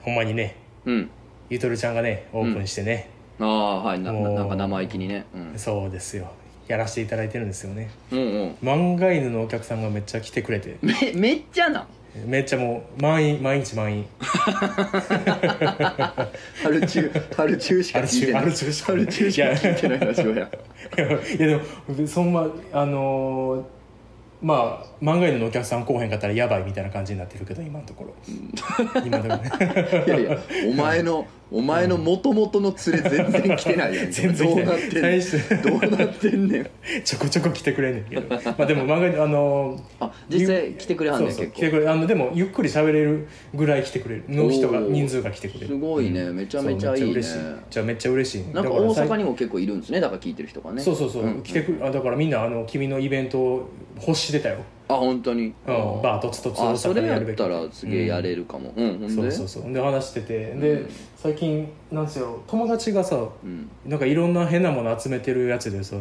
ほんまにねうんゆとるちゃんがねオープンしてね、ああはいななもうなんか生意気にねうんそうですよやらせていただいてるんですよねうんうん漫画犬のお客さんがめっちゃ来てくれてめめっちゃなめっちゃもう満員毎日満員 春 中春中しか聞いてない春中春春中中ししかか聞いてないラジオいややでもそんなあのーまあ漫画犬のお客さん来おへんかったらやばいみたいな感じになってるけど今のとこ ろ、今のところね いやいやお前のお前の元々の連れ全然来てないやん 全然来てない大してどうなってんねんどうなってんねんちょこちょこ来てくれんねんけどまあでも漫画犬あのーあ実際来てくれはんねんそうそう結来て構くれるあのでもゆっくり喋れるぐらい来てくれるの人がおー人数が来てくれるすごいねうんめちゃめちゃいいそうめねっちゃ嬉しいじゃあめっちゃ嬉しいなんかだら大最阪にも結構いるんですねだから聞いてる人がねそうそうそう、ん来てくるあだからみんなあの君のイベントを欲してたよ、あ本当にうんバーとつとつあそれやっべきたらすげえやれるかもうんほんでそうそうそうで話しててで、うん最近なんですよ友達がさうんなんかいろんな変なもの集めてるやつでさ、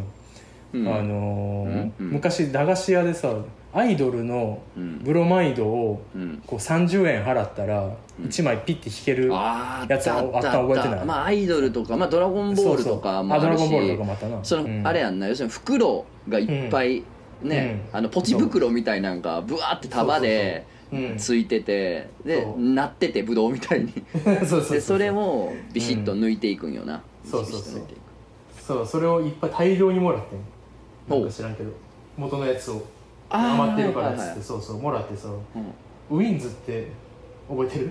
うんあのーうんうん昔駄菓子屋でさアイドルのうんブロマイドをうんこう30円払ったらうん1枚ピッて引ける、あーやつあった覚えてないまあアイドルとかまあドラゴンボールとかもああドラるゴンボールとしかもあったなその、うんあれやんな要するに袋がいっぱいね、うんあのポチ袋みたいなんがブワーって束でそうそうそううんついてて、でそうなっててブドウみたいに そうそうそうでそれをビシッと抜いていくんよな、そうそうそうビシッと抜いていくそうそれをいっぱい大量にもらってんおなんか知らんけど元のやつをあー余ってるからっつはいっはいてそうそうもらってさうんウィンズって覚えてる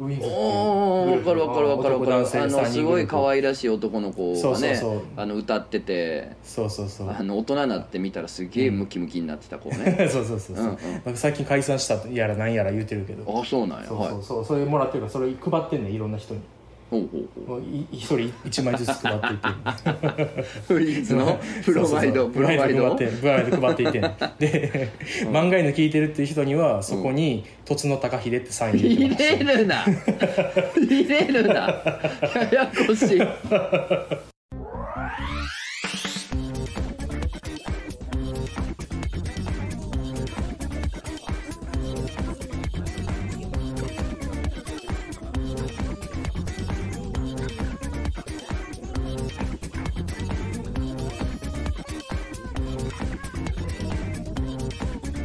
ウィンズっていうおーおーわグかるループわかるわかる男わ男か性るあの三人すごい可い愛らしい男の子そうがそうねそうあの歌っててそうそうそうあの大人になってみたらすげえムキムキになってた子ね、 そうそうそうそううんうなんんか最近解散したやらなんやら言うてるけどああそうなんやそうはいそうそうそれもらってるからそれ配ってんねんいろんな人にほう ほうもほううい一人一枚ずつ配っていって フリーズのプロマイドプブロラマイイド配ドってブライド配っていってんね んで漫画犬聞いてるっていう人にはそこに「とつの高秀」ってサイン入れて入ましたれるな入れるなややこしい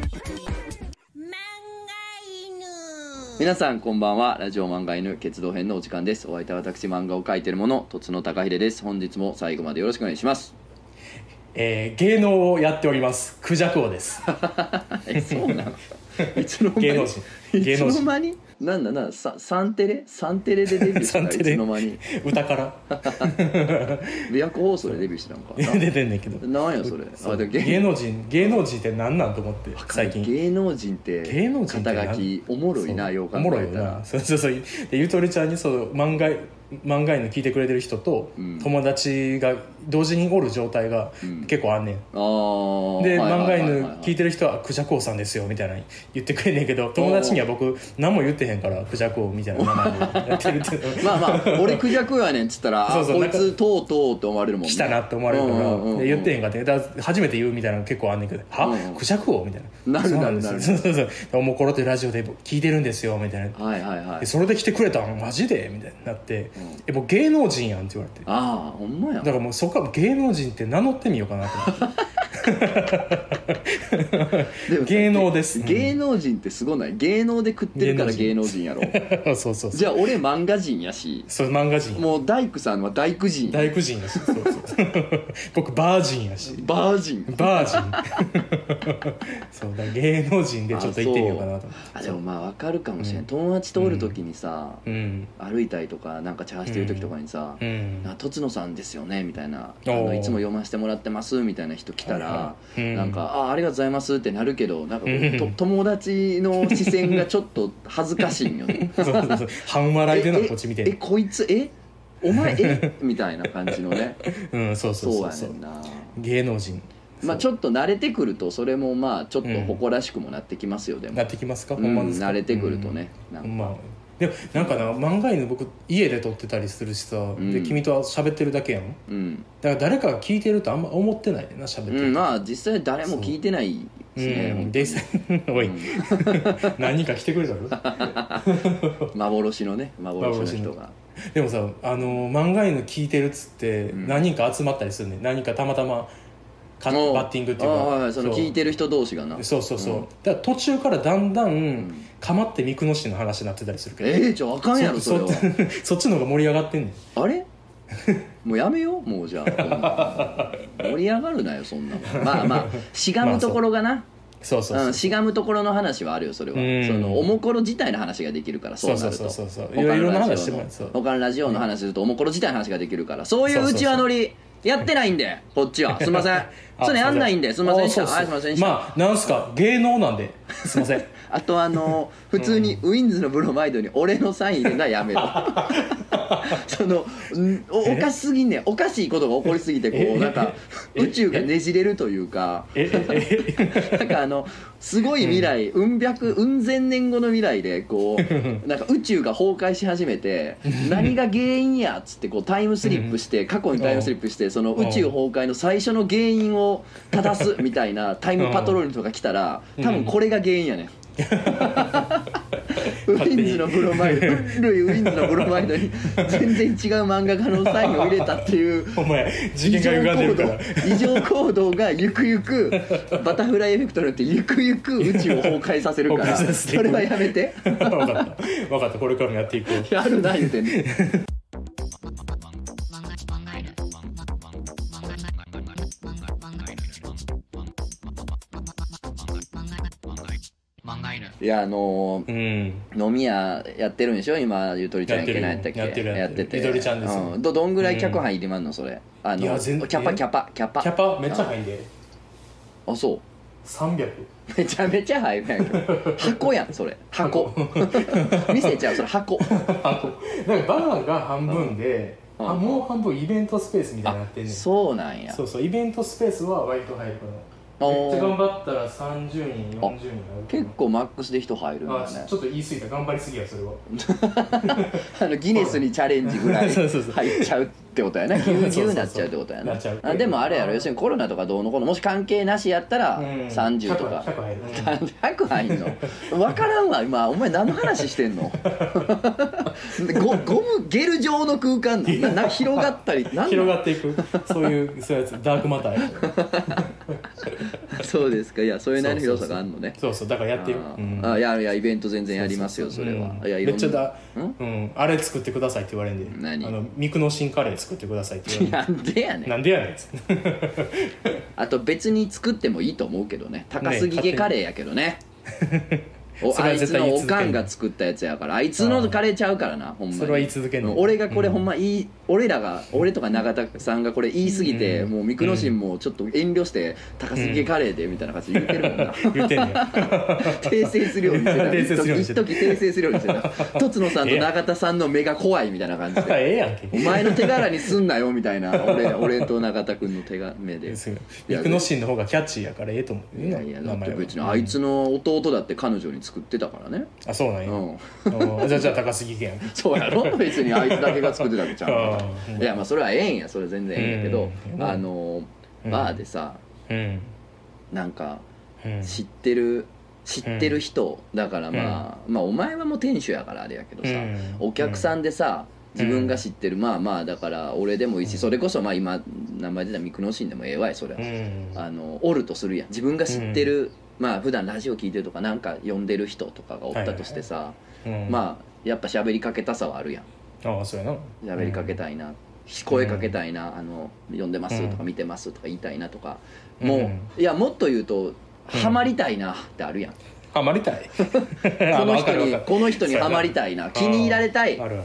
漫画犬皆さんこんばんはラジオ漫画犬決動編のお時間ですお相手は私漫画を描いてる者とつの高秀です本日も最後までよろしくお願いしますえー芸能をやっておりますクジャク王ですえそう なのいつの間に芸能人い芸つ能の人間になんだなんださサンテレサンテレでデビューしたのサンテいレつの間に歌 から琵琶湖放送でデビューしたの か出てんねんけどななんやそれそうあでも芸芸能人芸能人って何なんと思って最近芸能人って芸能人って何肩書きおもろいなそうよう考おもろいえよたらなそうそうそうでゆとりちゃんにそう漫画漫画の聞いてくれてる人と、うん友達が同時におる状態がうん結構あんねん、あーではい漫は画いはいはい犬聞いてる人は「クジャコウさんですよ」みたいな言ってくれんねんけど友達には僕何も言ってへんから「クジャコウ」みたいな名前でやってるっていう まあまあ俺クジャクやねんっつったらあそうそうこいつとうとうって思われるもんね来たなって思われるから、うんうんうんで言ってへんかってだから初めて言うみたいなの結構あんねんけど「は、うんうんクジャク王?」みたいななるそうんですなるなるそうそうそう「おもころってラジオで聞いてるんですよ」みたいなはいはいはえいそれで来てくれたんマジで?」みたいになって「えもう芸能人やん」って言われてだああほんまやからもうそこから芸能人って名乗ってみようかなと思 ってでもさ芸能ですげ芸能人ってすごない芸能で食ってるから芸芸能人やろ そうそうそうじゃあ俺漫画人やしそう漫画人もう大工さんは大工人大工人やしそうそう僕バージンやしバージンバージン そうだから芸能人でちょっと行ってみようかなと思ってあでもまあわかるかもしれない友達通る時にさうん歩いたりとかなんか茶してる時とかにさうんあ「とつのさんですよね」みたいな「おあーのいつも読ませてもらってます」みたいな人来たら「うんなんかあありがとうございます」ってなるけどなんかうん。と友達の視線がちょっと恥ずかしいんよ ね そうそうそう半え笑いでなえこっち見えてこいつえお前 えみたいな感じのねうんそう そうそそううやねそうんな。芸能人まあちょっと慣れてくるとそれもまあちょっとうん誇らしくもなってきますよでなもっ、てきますかうほんん、まですか慣れてくるとね、なうんんまかあでもなんかな漫画犬僕家で撮ってたりするしさんで君と喋ってるだけやんうん、だから誰かが聞いてるとあんま思ってないねんな喋ってうん、るまあ実際誰も聞いてないですね、う本ん、当にデイさ んおい、何人か来てくれたぞうん幻のね幻の人がでもさあの漫画犬聞いてるっつってうん何人か集まったりするね、何人かたまたまかおうバッティングっていうかああはいその聞いてる人同士がなるそうそうそう、うんだから途中からだんだん、んかまって三久野市の話になってたりするけどえー、じゃああかんやろそれはそそそっち の方が盛り上がってんねんあれもうやめようもうじゃあ盛り上がるなよそんなのまあまあしがむところがな、そうそうそう、うん、しがむところの話はあるよそれは、うんそのおもころ自体の話ができるからそうなるとそうそうそうそう他のラいジオろいろな話してもらえそう他のラジオの話するとおもころ自体の話ができるからそういううちわ乗りやってないんでこっちはすいません あそれやんないんですいませんでしたあそうそうはいすいませんでした、まあなんすか芸能なんですいませんあとあの普通にウィンズのブロマイドに俺のサイン入れるのはや めろそのんおおかしすぎんねんおかしいことが起こりすぎてこえうなんかえ宇宙がねじれるというかえええ なんかあのすごい未来うん百うん千年後の未来でこ うなんか宇宙が崩壊し始めて何が原因やっつってこうタイムスリップして過去にタイムスリップしてその宇宙崩壊の最初の原因を正すみたいなタイムパトロールとか来たら多分これが原因や ねん。ウ勝手にィンズのブロマイド古いウィンズのブロマイドに全然違う漫画家のサインを入れたっていうお前事件が歪んでるから異常行動がゆくゆくバタフライエフェクトによってゆくゆく宇宙を崩壊させるから崩壊させていそくれはやめて分 かった分かったこれからもやっていこうやるな言うてんねんいやあのーうん飲み屋やってるんでしょ今ゆとりちゃんやっけやなやっったてるっけやってるやってるてゆとりちゃんですようんどどんぐらい客入りまんのそれあのいや全キャパキャパキャパキャパめっちゃ入んであそう300めちゃめちゃ入るやんけど箱やんそれ箱店ちゃうそれ箱あと なんかバーが半分で、うんあもう半分イベントスペースみたいになってんねんそうなんやそうそうイベントスペースは割と入るからおーめっちゃ頑張ったら30人40人入る結構マックスで人入るんだあねちょっと言い過ぎた頑張りすぎやそれはあのギネスにチャレンジぐらいそうそうそう入っちゃうってことやなぎゅうぎゅうなっちゃうってことやななっちゃうあでもあれやろ要するにコロナとかどうのこうのもし関係なしやったらうん30とか100入るうん100入んの分からんわ今お前何の話してんのゴゴムゲル状の空間なんなな広がったり なんなん広がっていくそういうそういうやつダークマター や そうですかいやそれなりの広さがあるのねそうそうだからやってよあうんーあいやいやイベント全然やりますよそれはうんいやいめろっんちゃなだんうんあれ作ってくださいって言われんで何あの肉の新カレー作ってくださいって言われるなんでやねんなんでやねんっつってあと別に作ってもいいと思うけどね高杉家カレーやけどねおそれあはいつ絶対の言いお続けんかんが作ったやつやからあいつのカレーちゃうからなほんまにそれは言い続けんのうん俺がこれほんまいい、俺らが俺とか永田さんがこれ言い過ぎて、うんもうミクノシンもちょっと遠慮して高杉家カレーでみたいな感じで言ってるもんな、言ってん ねん 訂正するようにしてた訂正するようにして一た時訂正するようにしてたとつのさんと永田さんの目が怖いみたいな感じでええやんけお前の手柄にすんなよみたいな 俺俺と永田君の手が目でですよ肉の芯の方がキャッチーやからええと思ういいやいやだって別にあいつの弟だって彼女に作ってたからねあそうなんや、うんあじゃあじゃあ高杉家やんそうやろ別にあいつだけが作ってたわけちゃうかうらんいや まあそれはええんやそれは全然ええんやけど、うんあうのんバーでさうんなんかうん知ってる知ってる人だからまあ、まあお前はもう店主やからあれやけどさ、うんお客さんでさ、うん自分が知ってるまあまあだから俺でもいいし、それこそまあ今名前出たミクノシンでもええわいそりゃ、うんあのおるとするやん自分が知ってる、まあ普段ラジオ聞いてるとかなんか呼んでる人とかがおったとしてさ、うんまあやっぱ喋りかけたさはあるやんああそうやな喋りかけたいな、声かけたいな、あの呼んでますとかうん見てますとか言いたいなとか、うんもう、いやもっと言うとハマりたいなってあるやん、ハマりたい ここの人にこの人にハマりたいな気に入られたいあるある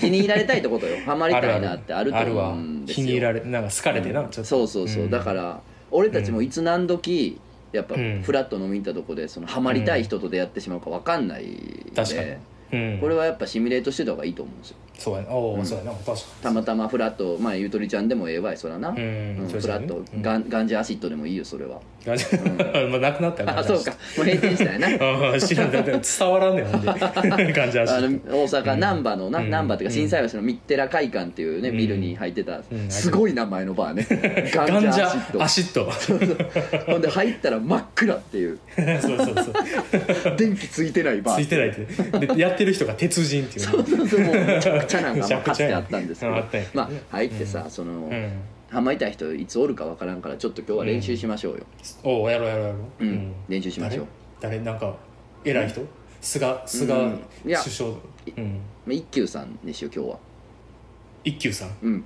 気に入られたいってことよハマりたいなってあるとある思わうんです気よに入られなんか好かれてな、ちょっとそうそうそう、んだから俺たちもいつ何時やっぱうんフラッと飲みに行ったとこでそのハマりたい人と出会ってしまうか分かんないで、確かにうんこれはやっぱシミュレートしてた方がいいと思うんですよそうやなおお、うんそうやな確かにたまたまフラットまあゆとりちゃんでもええわいそらな、うんうんそうフじゃラんット、ガンガンジャアシッドでもいいよそれはガジェ まあなくなったよあそうかもう閉店したよ なあ知らんだって伝わらんねんほん で感じはあのし大阪難波のな、うん難波っていうか心斎橋のミッテラ会館っていうね、うんビルに入ってた、うんすごい名前のバーね ガガンンジジャアシッャアシットそうドほんで入ったら真っ暗っていう そうそう電気ついてないバーついてないってでやってる人が鉄人っていうねそうそうもうめちゃくちゃなん かまめあちゃかくつちゃてやあったんですけどあったんやまあ入ってさ、その、うんハマりたい人いつおるかわからんからちょっと今日は練習しましょうよ、おおやろうやろうやろううん練習しましょう誰誰なんか偉い人菅菅うんい首や相うんまあ一休さんにしよう今日は一休さんうん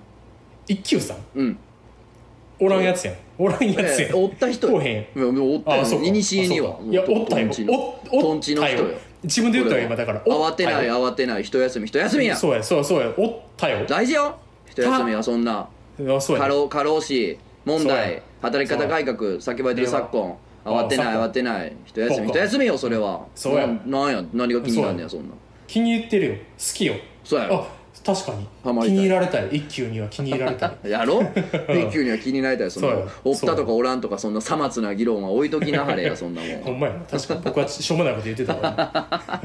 一休さんうん おらんやつやんおらんやつやえんおった人よおへんいやもうおったああそようかいにしえにあはそうかいやおったよとんちのおおとんちの人よおった自分で言ったよ今だからお慌てないよ慌てない一休み一休みやそうやそうやそうやおったよ大事よ一休みはそんなあそうや過労過労死問そうや題働き方改革叫ばれてる昨今令和慌てあ昨ない今慌てない一休みそう一か休みよそれはそうやなんなんや何が気になんねやそんな気に入ってるよ好きよそうやあろ確かにハマりたい気に入られたよ一休には気に入られたよやろ一休には気になりたいそんなそうやおったとかおらんとかそんなさまつな議論は置いときな はれやそんなもん ほんまやな確かに僕はしょうもないこと言ってたわ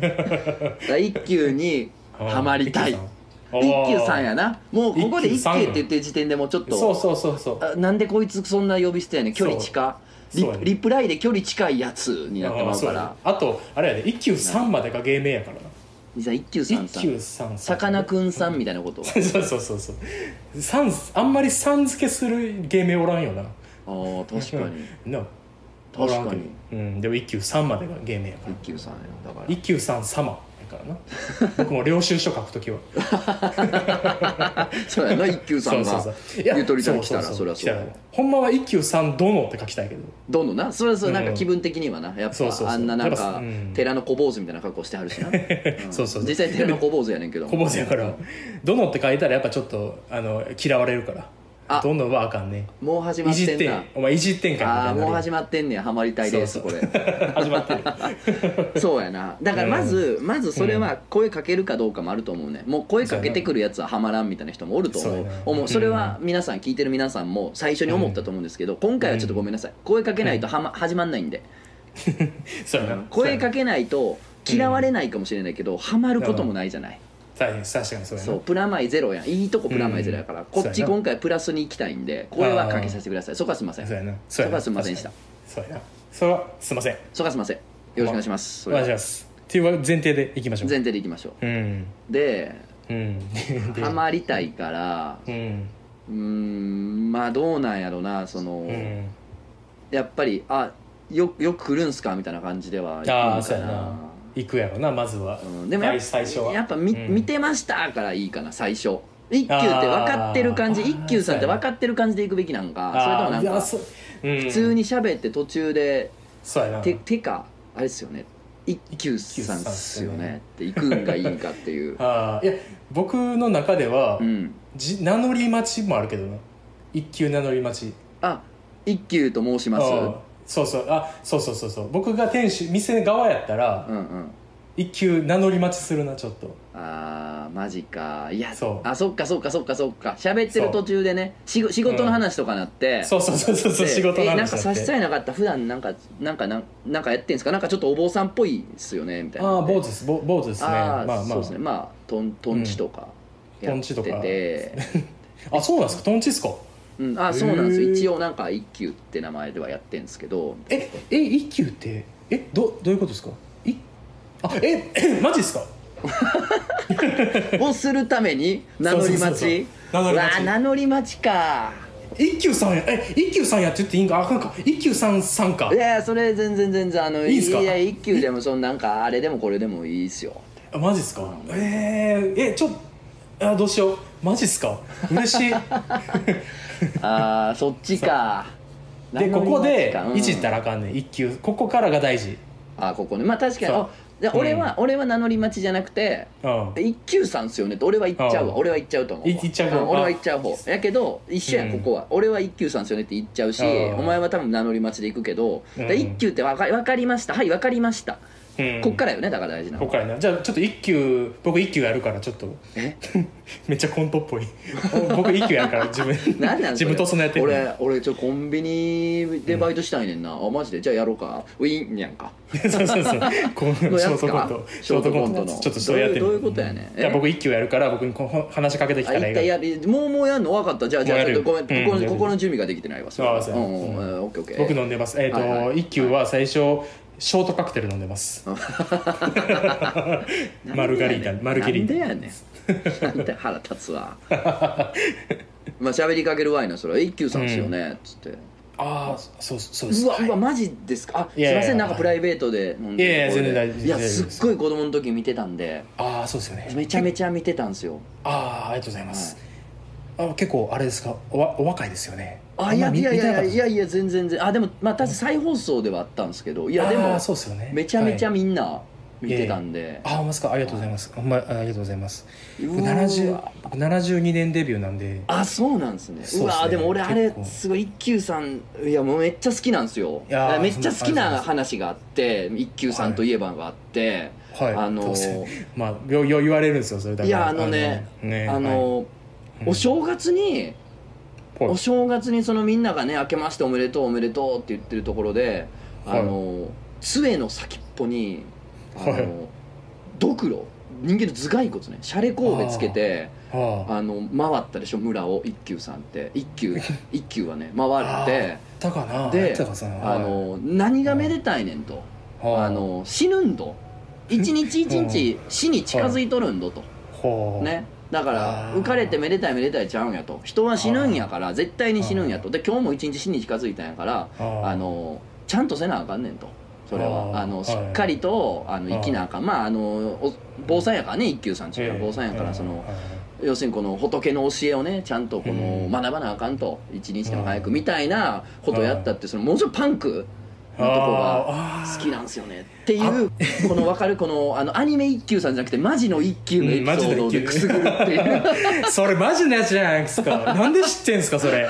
一休に ハマりたい一一休さんややなもうここで一休一休さんって言ってる時点でもうちょっとそうそうそうそうあなんでこいつそんな呼び捨てやねん距離近そうリそうやプねリプライで距離近いやつになってあまうそかうやねらあとあれやね一休さんまでが芸名やからなじゃあ一休さんさ一ん休さんさかなクンさんみたいなことそうそうそうそうさんあんまりさん付けする芸名おらんよなああ確か になお確かにらんけどうんでも一休さんまでが芸名やから一休さんやだから一休さん様やから な僕も領収書書くときはそうやな一休さんがいやゆとりちゃん来たらうそうりゃうそうやわほんまは一休さん殿って書きたいけどどんどんなそれはそううんなんか気分的にはなやっそうそうそうぱあんななんやっぱかうん寺の小坊主みたいな格好してはるしなうん そうそうそう実際寺の小坊主やねんけども小坊主やから殿って書いたらやっぱちょっとあの嫌われるからあ殿はあかんねもう始まいっじてっんてなんお前いじってんかああーもう始ままってんねやハマりたいですそうこそうれ始まってる そうやなだからまず、まずそれは声かけるかどうかもあると思うねもう声かけてくるやつはハマらんみたいな人もおるとそ思ううやな思うそれは皆さん聞いてる皆さんも最初に思ったと思うんですけど、今回はちょっとごめんなさい声かけないとは、ま、始まんないんで そう やな声かけないと嫌われないかもしれないけど、ハマることもないじゃない、そうやな確かにそうやなそうプラマイゼロやんいいとこプラマイゼロやから、うんこっそうちやな今回プラスに行きたいんで声はかけさせてくださいそこはすいませんそそうやなそうやなこはすいませんでしたそうやなそれはすいませんよこはすいませんよろしくお願いしますそおれ願いはしますっていう前提でいきましょう前提でいきましょうんうで うんでハマりたいからうんうーんまあどうなんやろなその、うんやっぱりあよよく来るんすかみたいな感じではああいくそのうやな行くやろなまずはうん、でもやっぱ最初はやっぱ見,、うん見てましたからいいかな最初一休って分かってる感じあー一休さんって分かってる感じでいくべきなんかそれともなんあーいやかそうん普通に喋って途中でそうや「なててかあれっすよね一休さんっすよね」って行くんがいいんかって いうあーいや僕の中では、うんじ名乗り待ちもあるけどな一級名乗り待ちあ一休と申しますうんそうそうあそうそうそうそう僕が店主店側やったら、うんうん一級名乗り待ちするなちょっとあーマジかいやそうあそっかそっかそっかそっか喋ってる途中でねしご仕事の話とかなって、そうそうそうそうそうで仕事えのなん話かだ差し支ってえなかった普段なんかなんかなんなんかやってんすかなんかちょっとお坊さんっぽいっすよねみたいなああ坊主ですぼ坊主ですねあーまあまそうですねあまあトントンチとかうんやってて、トンあそうなんですかトンチっすかうん、あそうなんですへよー一応なんか一休って名前ではやってんす けどええ一級ってえどどういうことですかいあええマジですかをするために名乗り待ちそうそうそうそう名乗り待ちうわー名乗り待ちか一休さんやえ一休さんやって言っていいんかあかんか一休さんさんかいやいやそれ全然全然あのいいんすかや一休でもそのなんかあれでもこれでもいいっすよあマジっすかえー、えちょっあどうしようマジっすか嬉 しいあ ーそっちかでここで名乗り待ちかうんいじったらあかんねん一級ここからが大事あここねまあ確かにそうあで俺は、俺は名乗り待ちじゃなくてうん一休さんっすよねって俺は言っちゃううわん俺は言っちゃうと思うわい言っちゃう方ん俺は言っちゃう方やけど一緒うやんここは俺は一休さんっすよねって言っちゃうしうんお前は多分名乗り待ちで行くけどうんだから一休ってわか分かりましたはい分かりましたうんこっからよねだから大事なこのっからなじゃあちょっと一級僕一級やるからちょっと えめっちゃコントっぽい 僕一級やるから自分 何なん自それ分とそのやってる俺俺ちょコンビニでバイトしたいねんな、あマジでじゃあやろうかウィン やんか そうそうそうこう シのやョつかートコントショートコントのちょっとそうやってみるどういうどういうことやねんじゃあ僕一級やるから僕にこう話しかけてきあた一らいいか回やりもうもうやんの分かったじゃあじゃあもうちやょっるとごめんこうんやこのるここの準備ができてないわそれはあそううんうんうんうんオッケーオッケー僕飲んでますえっ、と、はいはい一級は最初ショートカクテル飲んでますなんでやねんマルガリータマルゲリータなんでやねんなんで腹立つわ まあ喋りかけるワインのそれは一休さんですよね、つってああそうそうですうわはいうわマジですかあすいいやいやませんなんかプライベートで飲んでいやいやこれ全然で大丈夫いや全然大丈夫ですすっごい子供の時見てたんでああそうですよねめちゃめちゃ見てたんですよああありがとうございます、あ結構あれですかおわお若いですよねあいやんまいやい見てなかやったいやいや全然全然あでもまあ確か再放送ではあったんですけどいやであもーそうですよねめちゃめちゃはいみんな見てたんで、あーほんまですかありがとうございますほんまあありがとうございますう僕わ70僕72年デビューなんであそうなんですねそうっすねうわーでも俺あれ結構すごい一休さんいやもうめっちゃ好きなんですよいやーだからめっちゃ好きそんなな話があって一休さんといえばがあって、はいあのどうーせ まあよよ言われるんですよそれだからいやあのねあのねあはいのーうんお正月に、はいお正月にそのみんながね「明けましておめでとうおめでとう」って言ってるところで、はいあの杖の先っぽにあの、はいドクロ人間の頭蓋骨ねシャレ神戸つけてあああの回ったでしょ村を一休さんって一 休一休はね回ってたかなでやってたかそのあはいの何がめでたいねんとはあの死ぬんど一日一日死に近づいとるんどと。はあねだからあー浮かれてめでたいめでたいちゃうんやと人は死ぬんやから絶対に死ぬんやとで今日も一日死に近づいたんやからあーあのちゃんとせなあかんねんとそれあはーあのはいしっかりとあの生きなあかんまああのお坊さんやからね一休さんちえはえ坊さんやからそはのいはい要するにこの仏の教えをねちゃんとこうのん学ばなあかんと一日でも早くうんみたいなことをやったってそのもうちょいパンクのとこがあー好きなんですよねっていうこの分かるこのあのアニメ一休さんじゃなくてマジの一休のエピソードでくすぐるって いう。それマジのやつじゃないですかなんで知ってんすかそれ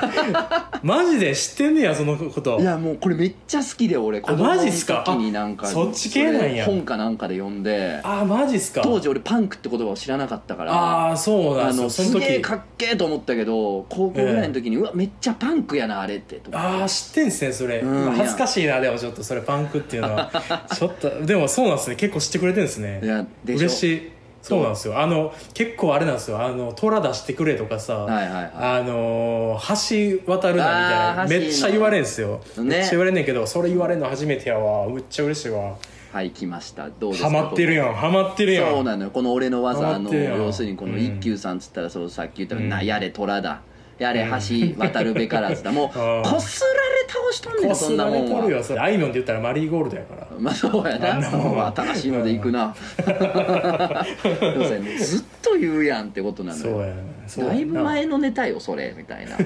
マジで知ってんねやそのこといやもうこれめっちゃ好きで俺子供のマジっすか時になんかあそっち系なんやそれ本かなんかで読んであーマジっすか当時俺パンクって言葉を知らなかったからああそうなんであすのよそすのげえ時かっけえと思ったけど高校ぐらいの時に、うわめっちゃパンクやなあれってとかああ知ってんすねそれ、うん恥ずかしいなでもちょっとそれパンクっていう のはちょっとでもそうなんですね結構知ってくれてるんですいねやでしょ嬉しいそうなんですよあの結構あれなんですよあの虎出してくれとかさ、はいはいはあのー橋渡るなあみーたい橋なめっちゃ言われんすよ、ねめっちゃ言われんねんけどそれ言われんの初めてやわめっちゃ嬉しいわいはい来ましたどうですハかマってるやんハマってるやんそうなのよこの俺の技ハあマっのてるやん要するにこのうん一休さんっつったらそのさっき言ったようにうんなやれ虎だやれ橋渡るべから ずだもうあーこすられ倒しとんねんこそすんならもれんとはるよそれあいみょんって言ったらマリーゴールドやからまあそうやあんななもんは新しいので行 くなでもさずっと言うやんってことなのそうよやなそうやだないぶ前のネタよそれみたいな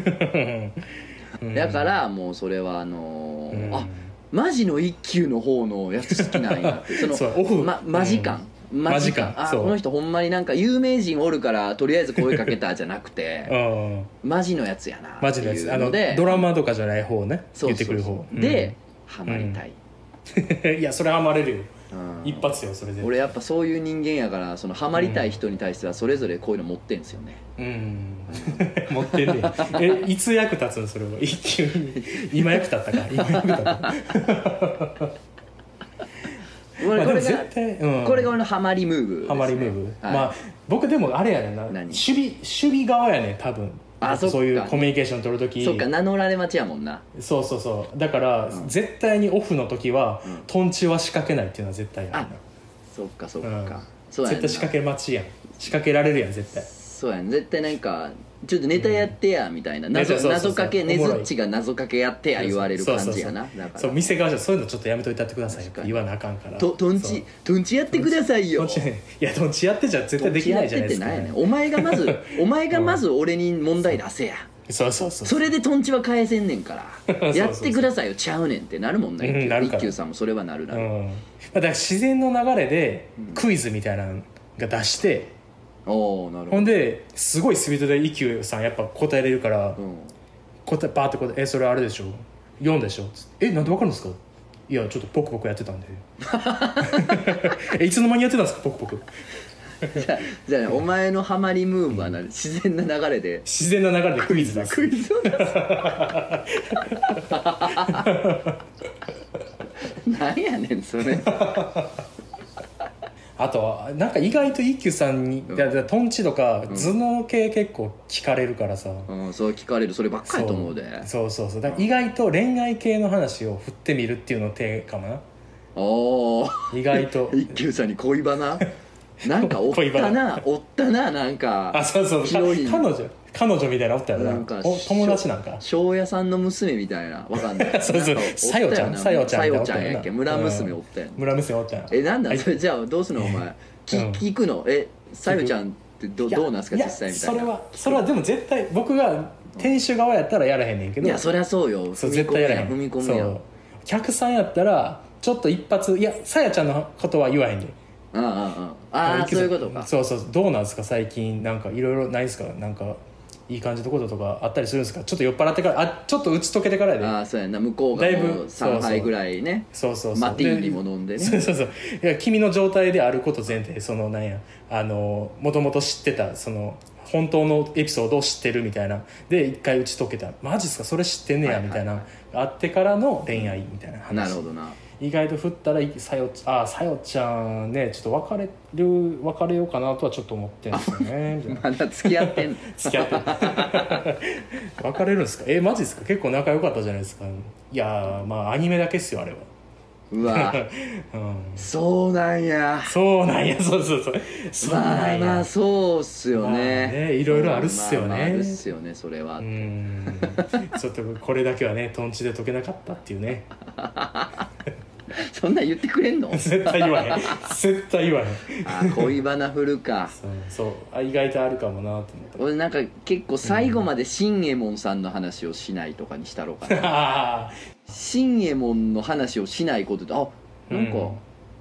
うんだからもうそれはあのーうんあマジの一休の方のやつ好きなん やってそのそうオフま、マジ感、マジマ感ジ感あそうこの人ほんまになんか有名人おるからとりあえず声かけたじゃなくてうんマジのやつやなマジのやつあのっていうドラマとかじゃない方ねそう言ってそうそくるう方で、ハマりたうい、ん いやそれハマれるようん一発よそれで俺やっぱそういう人間やからそのハマりたい人に対してはそれぞれこういうの持ってんですよね、うん 持ってんねんえいつ役立つのそれは 一級に今役立ったか今役立ったま俺あでこもれ絶が対うんこれが俺のハマりムーブですね、ハマりムーブ、はいまあ僕でもあれやねんな何守備守備側やねん多分あそっかういうコミュニケーション取る時そっか名乗られ待ちやもんなそうそうそうだから、絶対にオフの時は、うんトンチは仕掛けないっていうのは絶対やねんなそっかそっか、うんそうやね絶対ん仕掛け待ちやん仕掛けられるやん絶対そうやん絶対なんかちょっとネタやってやみたいな、謎ねそうそうそう謎かけおもろねいずっちが謎かけやってや言われる感じやなそうそうそうだからそう店側じゃそういうのちょっとやめといたってくださいよ確かに言わなあかんからととんちとんちやってくださいそうよトンチいやトンチやってじゃ絶対できないじゃないですか、とんちやってってなんやねんお前がまずお前がまず俺に問題出せやそうそうそうそれでとんちは返せんねんから そうそうそうやってくださいよちゃうねんってなるもんなうん一な休るか一ら休さんもそれはなるなうる、ん、まあだから自然の流れでクイズみたいなのが出して、おおなるほほどんですごいスピードで一休さんやっぱ答えれるから、うん答えバーって答え「えそれあれでしょ4でしょ」つってえなんでわかるんですか?」いやちょっとポクポクやってたんで えいつの間にやってたんですかポクポクじゃあじゃあねお前のハマりムーブは何自然な流れで自然な流れでクイズですクイズを出す何やねんそれあとはなんか意外と一休さんに、うんいやトンチとかん頭脳系結構聞かれるからさ、うんそう聞かれるそればっかりと思うでそうそうそうだから意外と恋愛系の話を振ってみるっていうの手かもなおお意外と一休さんに恋バナなんかおっ恋バたなおったななんあかそうそうヒかロイン彼女彼女みたいなのおったよななんかお友達なんか庄屋さんの娘みたいなわかんない そうそうなんかおったよさよなちゃんさよちゃんさみたいなよちゃんやっけ村娘おったやん村娘おったよえなんだはいそれじゃあどうするのお前きうん聞くのえさよちゃんってどいやどうなんすかいや実際みたいなそれはそれはでも絶対僕が店主側やったらやらへんねんけいどやそりゃそうよそう踏み絶込む対やらやへんん踏み込むやそんう客さんやったらちょっと一発いやさやちゃんのことは言わへんでうんうんうんああーそういうことかそうそうどうなんですか最近なんかいろいろないですかなんかいい感じのこととかあったりするんですかちょっと酔っ払ってからあちょっと打ち解けてからやでああそうやな向こうがだいぶもうそうそう3杯ぐらいねそうそうそうマティーニも飲んででそうねそうそういや君の状態であること前提そのなんやあのもともと知ってたその本当のエピソードを知ってるみたいなで一回打ち解けたマジっすかそれ知ってんねや、はいはいみたいなあってからの恋愛みたいな話なるほどな意外と振ったらさよあさよちゃんねちょっと別れる別れようかなとはちょっと思ってるんですよねみたいなまだ付き合 ってんの付き合ってる 別れるんですかえマジですか結構仲良かったじゃないですかいやーまあアニメだけっすよあれはうわうんそうなんやそうなん やそうそうそうそうまなあんまやあそうっすよまあねねいろいろあるっすよねまあまああるっすよねそれはうんちょっとこれだけはねとんちで解けなかったっていうね そんなん言ってくれんの絶対言わへん絶対言わへんあー恋バナ振るかそうそうあ意外とあるかもなと思った俺なんか結構最後まで新右衛門さんの話をしないとかにしたろうかなあ新右衛門の話をしないことであなんか、うん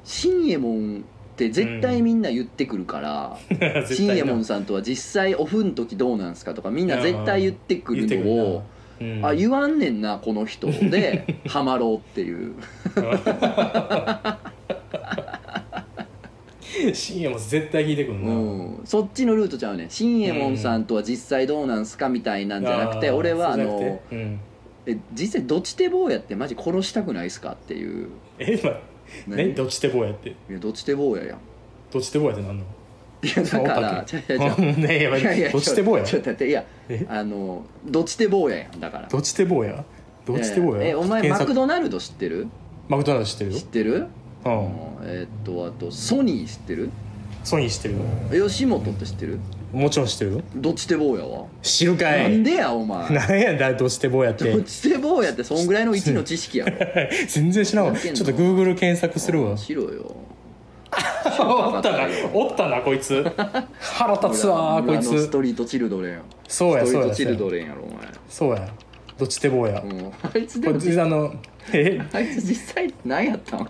新右衛門って絶対みんな言ってくるから、ー 絶対新右衛な門さんとは実際オフの時どうなんすかとかみんな絶対言ってくる言ってくのるなをうんあ言わんねんなこの人でハマろうっていう 深夜も絶対聞いてくるな、うん、そっちのルートちゃうね新右衛門さんとは実際どうなんすかみたいなんじゃなくて、あー俺はあそうじゃなくのてうんえ実際どっちて坊やってマジ殺したくないっすかっていうえ今何何どっち手坊やっていやどっちて坊ややんどっち手坊やってなんのい やだからそ違うう違う違ううんねえやばいいやいやどっち手坊やちょっと待っていやえあのどっちて坊ややんだからどっち手坊やどっち手坊やええお前マ検ク索ドナルド知ってるマクドナルド知ってるよ知ってるうんえーっとあとソニー知ってるソニー知ってるよ吉本って知ってるもちろん知ってるよどっちて坊やは、知るかなんいでやお前なんやだどっち手坊やっどってちて坊やってそんぐらいの位置の知識やろ全然知らんわ知らんちょけんっのとグーグル検索するわしろよおったなおったなこいつ腹立つわこい裏のスつトリートチルドレンやそうやストそうやリートそチうルやドレンやろお前そうやどっち手坊やこうん あいつでれも実あのえあいつ実際何やったん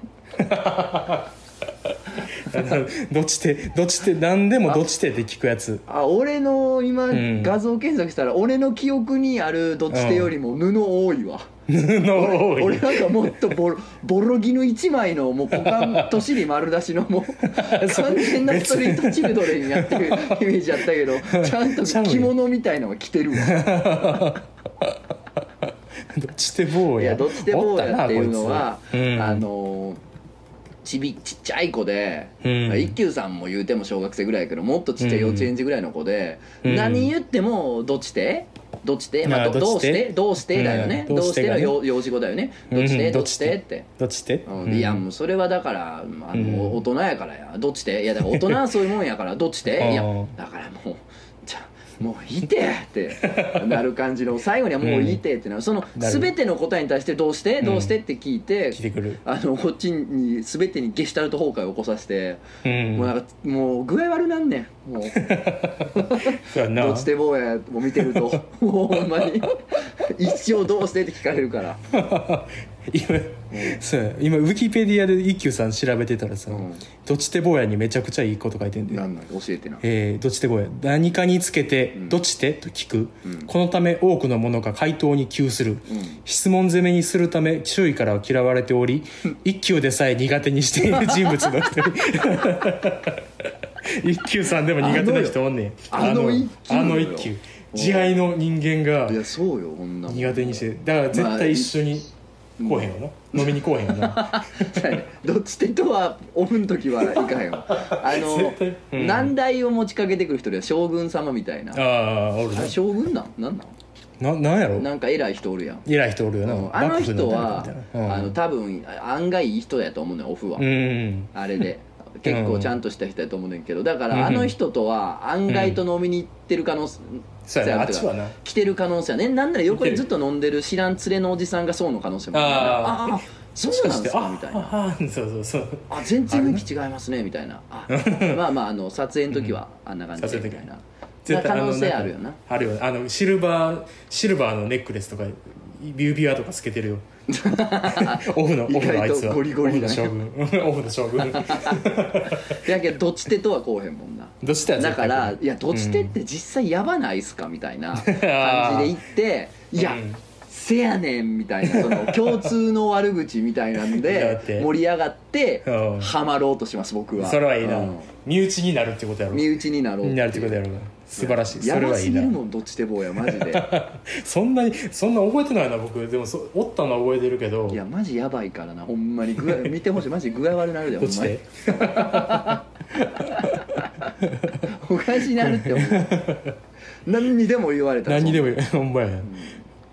あのどっち手どっち手何でもどっち手って聞くやつ あ俺の今、ん画像検索したら俺の記憶にあるどっち手よりも布多いわ、の多俺いなんかもっとボ ロボロ着の一枚のもう股間と尻丸出しのも う完全なストリートチルドレンやってるイメージやったけどちゃんと着物みたいなのは着てるわどっち手坊いややどっちでおもたなやっていうのはこいつうんあのちびちっちゃい子で、うん一休さんも言うても小学生ぐらいやけどもっとちっちゃい幼稚園児ぐらいの子で、うん何言ってもどっちでどっちで、まあ、あどどどうっしちでてどうしてだよね、うんどうしてどうのしてが幼幼児語だよねうんどっちでどどっっちちででって。どっち手うんいやもうそれはだからあの、大人やからやどっちでいやだから大人はそういうもんや からどっちでいやうんだからもうじゃあもういてってなる感じの最後にはもういてってなるそのなる全ての答えに対してどうしてどうしてって聞いて、聞いてくるあのこっちに全てにゲシュタルト崩壊を起こさせて、うんもうなんかもう具合悪なんねん もうそうやなどっ ちで坊やを見てるともうほんまに一生どうしてって聞かれるから。今そうや今ウィキペディアで一休さん調べてたらさ、うんどっち手坊やにめちゃくちゃいいこと書いてんだよなんなん教えてなえー、どっち手坊や何かにつけてうん「どっち手?」と聞く、うんこのため多くのものが回答に急する、うん質問攻めにするため周囲からは嫌われており一休でさえ苦手にしている人物の一人 一休さんでも苦手な人おんねんあの一休あの一休慈愛の人間がいやそうよこんなもん苦手にしてだから絶対一緒に来おへんよな、飲みに来おへんよ なそうやね どっち手とはオフの時はいかんよあの絶対うん難題を持ちかけてくる人では将軍様みたいなああおるあれ将軍なんなんなななんやなんろなんか偉い人おるやん偉い人おるよな、あの人は幕府の誰かみたいなあの多分案外いい人やと思うねんオフはうんうんあれで結構ちゃんとした人やと思うねんけどだからあの人とは案外と飲みに行ってる可能性そうやなあっちはな来てる可能性はねなんなら横でずっと飲んでる知らん連れのおじさんがそうの可能性もあるからあーああそもしうかなしんでてすあかみたいなああそうそうそうあ全然雰囲気違いますねみたいな あまあまああの撮影の時はあんな感じで撮み影のたい時な絶対な可能性のあるよなあるよあのシルバーシルバーのネックレスとか指輪とかつけてる よオフのオフのあいつは意外とゴリゴリだねオフの将軍 オフの将軍だけどどっち手とはこうへんもんなどっちだよだから絶いやどっち手って実際やばないっすかみた いな感じで行っていや、うんせやねんみたいなその 共通の悪口みたいなんだっでて盛り上がってうんハマろうとします僕対はそれはいいな、うん身内になるってことやろ身内になろうになるってことやろ素晴らしいそやればはいすいぎなるもんどっち手坊やマジ でそんなにそんな覚えてないな僕でもそおったのは覚えてるけどいやマジやばいからなほんま に具合見てほしいマジ具合悪なるでどっちでおかしなるって思う 何にでも言われた何にでもいい ほんまやな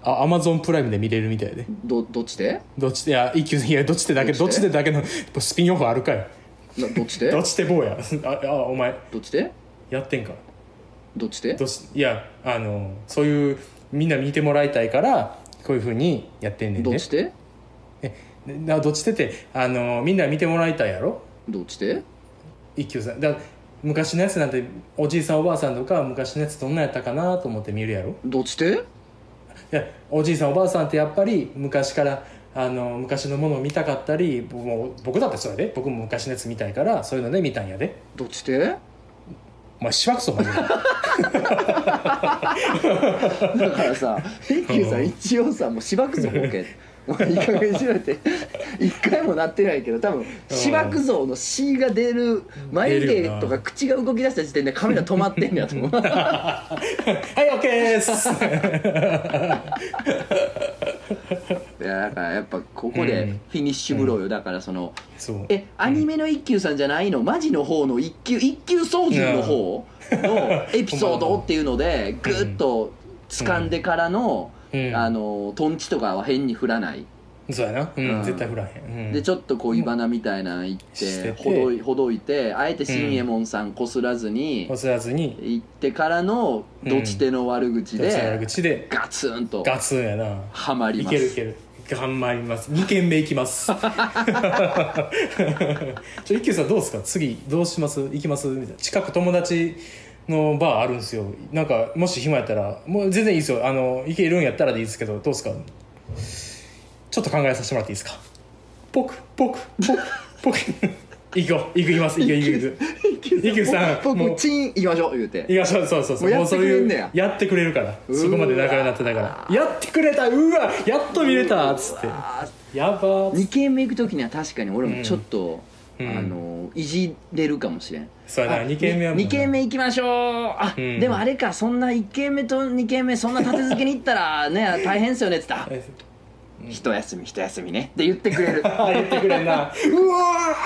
あアマゾンプライムで見れるみたいでどどっちでどっちでいや一休いやどっちでだけどどっっちちででだけのスピンオフあるかいなどっちでどっちで坊やああお前どっちでやってんかどっちでどっちいやあのそういうみんな見てもらいたいからこういうふうにやってんねんどっねちでえなどっちでってあのみんな見てもらいたいやろどっちで一休さんだ昔のやつなんておじいさんおばあさんとか昔のやつどんなやったかなと思って見るやろどっちでいやおじいさんおばあさんってやっぱり昔からあの昔のものを見たかったり僕も僕だってそれで僕も昔のやつ見たいからそういうので見たんやでどっちでお前しばくそマ ジでだか らさ一休さうんん一応さもうしばくぞボケもういい加減にしろって 一回もなってないけど多分しばくぞの C が出る眉出る毛よなとか口が動き出した時点でカメラ止まってんねやと思うはいオッケー ですいやだからやっぱここでフィニッシュブローよだからそのそうえアニメの一休さんじゃないのマジの方の一休一休操縦の方のエピソードってい うのでぐっと掴んでからの、うんあのトンチとかは変に振らない、そうやな、うんうん絶対振らへん、うん、でちょっと恋バナみたいなの行っ,、してててほどいほどいてあえて新右衛門さんこすらずにこすらずに行ってからのどっち手の悪口どっちの悪で口でガツンとガツンやなハマりいまけるいすける頑張ります2軒目いきます ちょ一休さんどうですか次どうします行きますみたいな近く友達のバーあるんですよなんかもし暇やったらもう全然いいですよあの行けるんやったらでいいですけどどうですかちょっと考えさせてもらっていいですかポクポクポクポ ク行こう行く行きます行く行く行 く一休さん僕もう僕チン行きましょう言うていやそうそうそうそうもうやもっうてそうくれいんうねややってくれるからーわそこまで仲良くなってたからやってくれたうわやっと見れたっつってあーやばー2軒目行く時には確かに俺もちょっと、うんあのいじれるかもしれんそうやな2軒目はもう2軒目行きましょうあ、うんでもあれかそんな1軒目と2軒目そんな立て続けに行った らね大変っすよねっつってあ一休み一休みね」って言ってくれるあ言ってくれんなうわ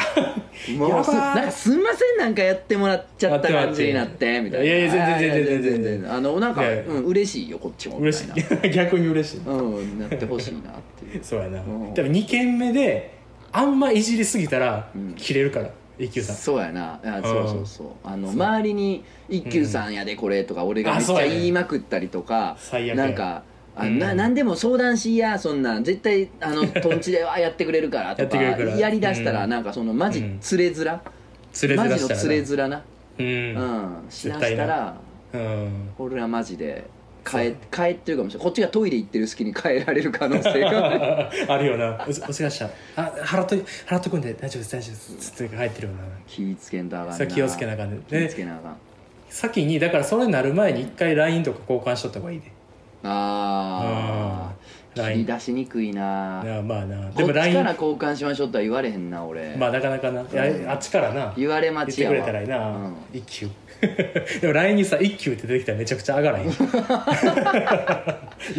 もやばーうすなんかすんませんなんかやってもらっちゃった感じになってみたいないやいや全然あー全然いや全然全然あのなんか、いやいやうん嬉しいよこっちもー嬉しみたいい 逆に嬉しいなうんなってほしいなっていうそうやなうん多分2軒目であんまいじりすぎたらん切れるから一休さんそうやなあそうそうそうあの周りに「一休さんやでこれ」とか俺がめっちゃあそうやね言いまくったりとか最悪やなんかあうんな何でも相談しやそんなん絶対あ のとんちではやってくれるからとやってくかれるからやりだしたらうんなんかそのマジうんつれづら連れマずらジしのたらつれづらなうんうんしだ絶し対たならうん 俺はマジで変え変えてるかもしれないこっちがトイレ行ってる隙に変えられる可能 性があるよなおお疲れっしたあ払っと払っとくんで大丈夫です大丈夫ですつって入ってるよな気ぃつけんとあかんそれ気をつけなあかんね気ぃつけなあかん先にだからそれになる前に一回 LINE とか交換しとった方がいいでああうん切り出しにくいななあまあなこでっもちから LINE 交換しましょうとは言われへんな俺、まあなかなかないやうんあっちからな言言われっ待ちてやくわれたらいいなう一級 でも LINE にさ一級って出てきたらめちゃくちゃ上がらへん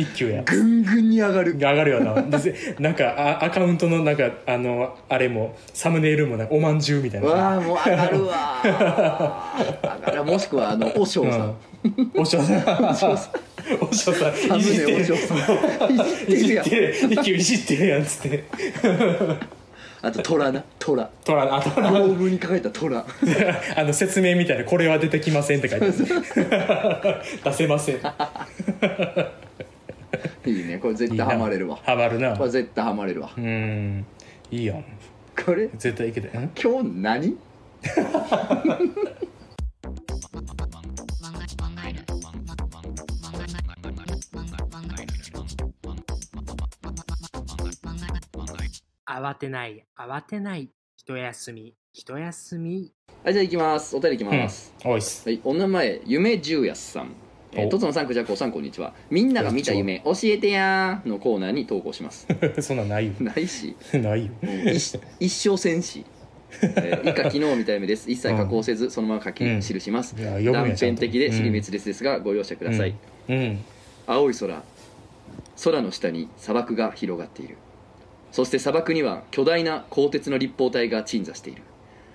一級やん、ぐんぐんに上がる上がるよなでなんかあアカウントのなんかあのあれもサムネイルもなんかおまんじゅうみたいなわあもう上がるわー 上がるもしくはあの和尚さん、おしょさん。 おしょさん。いじってる。サムネおしょさんいいじじっってるやんてる。一級いじってるやんっつって。あと虎な虎トラあトラ屏風に書かれた虎 あの説明みたいなこれは出てきませんって書いてある。出せません。いいねこれ絶いいな対ハマれるわハマるなこ。れ絶対ハマれるわうん。いいやん。これ絶対いけたよ。ん今日何慌てない慌てない一休み一休みはいじゃあ行きますお便り行きます、おいっす。はいお名前夢十やすさんえー、おとつのさんくじゃこさんこんにちはみんなが見た夢教えてやーのコーナーに投稿しますそんなんないよ。ないしないよ。一一生戦士、え ー以下昨日みたい目です一切加工せずそのまま書きうん記します、いや読むん断やちゃ片んと的で尻滅裂ですが、ご容赦ください、うん。青い空空の下に砂漠が広がっているそして砂漠には巨大な鋼鉄の立方体が鎮座している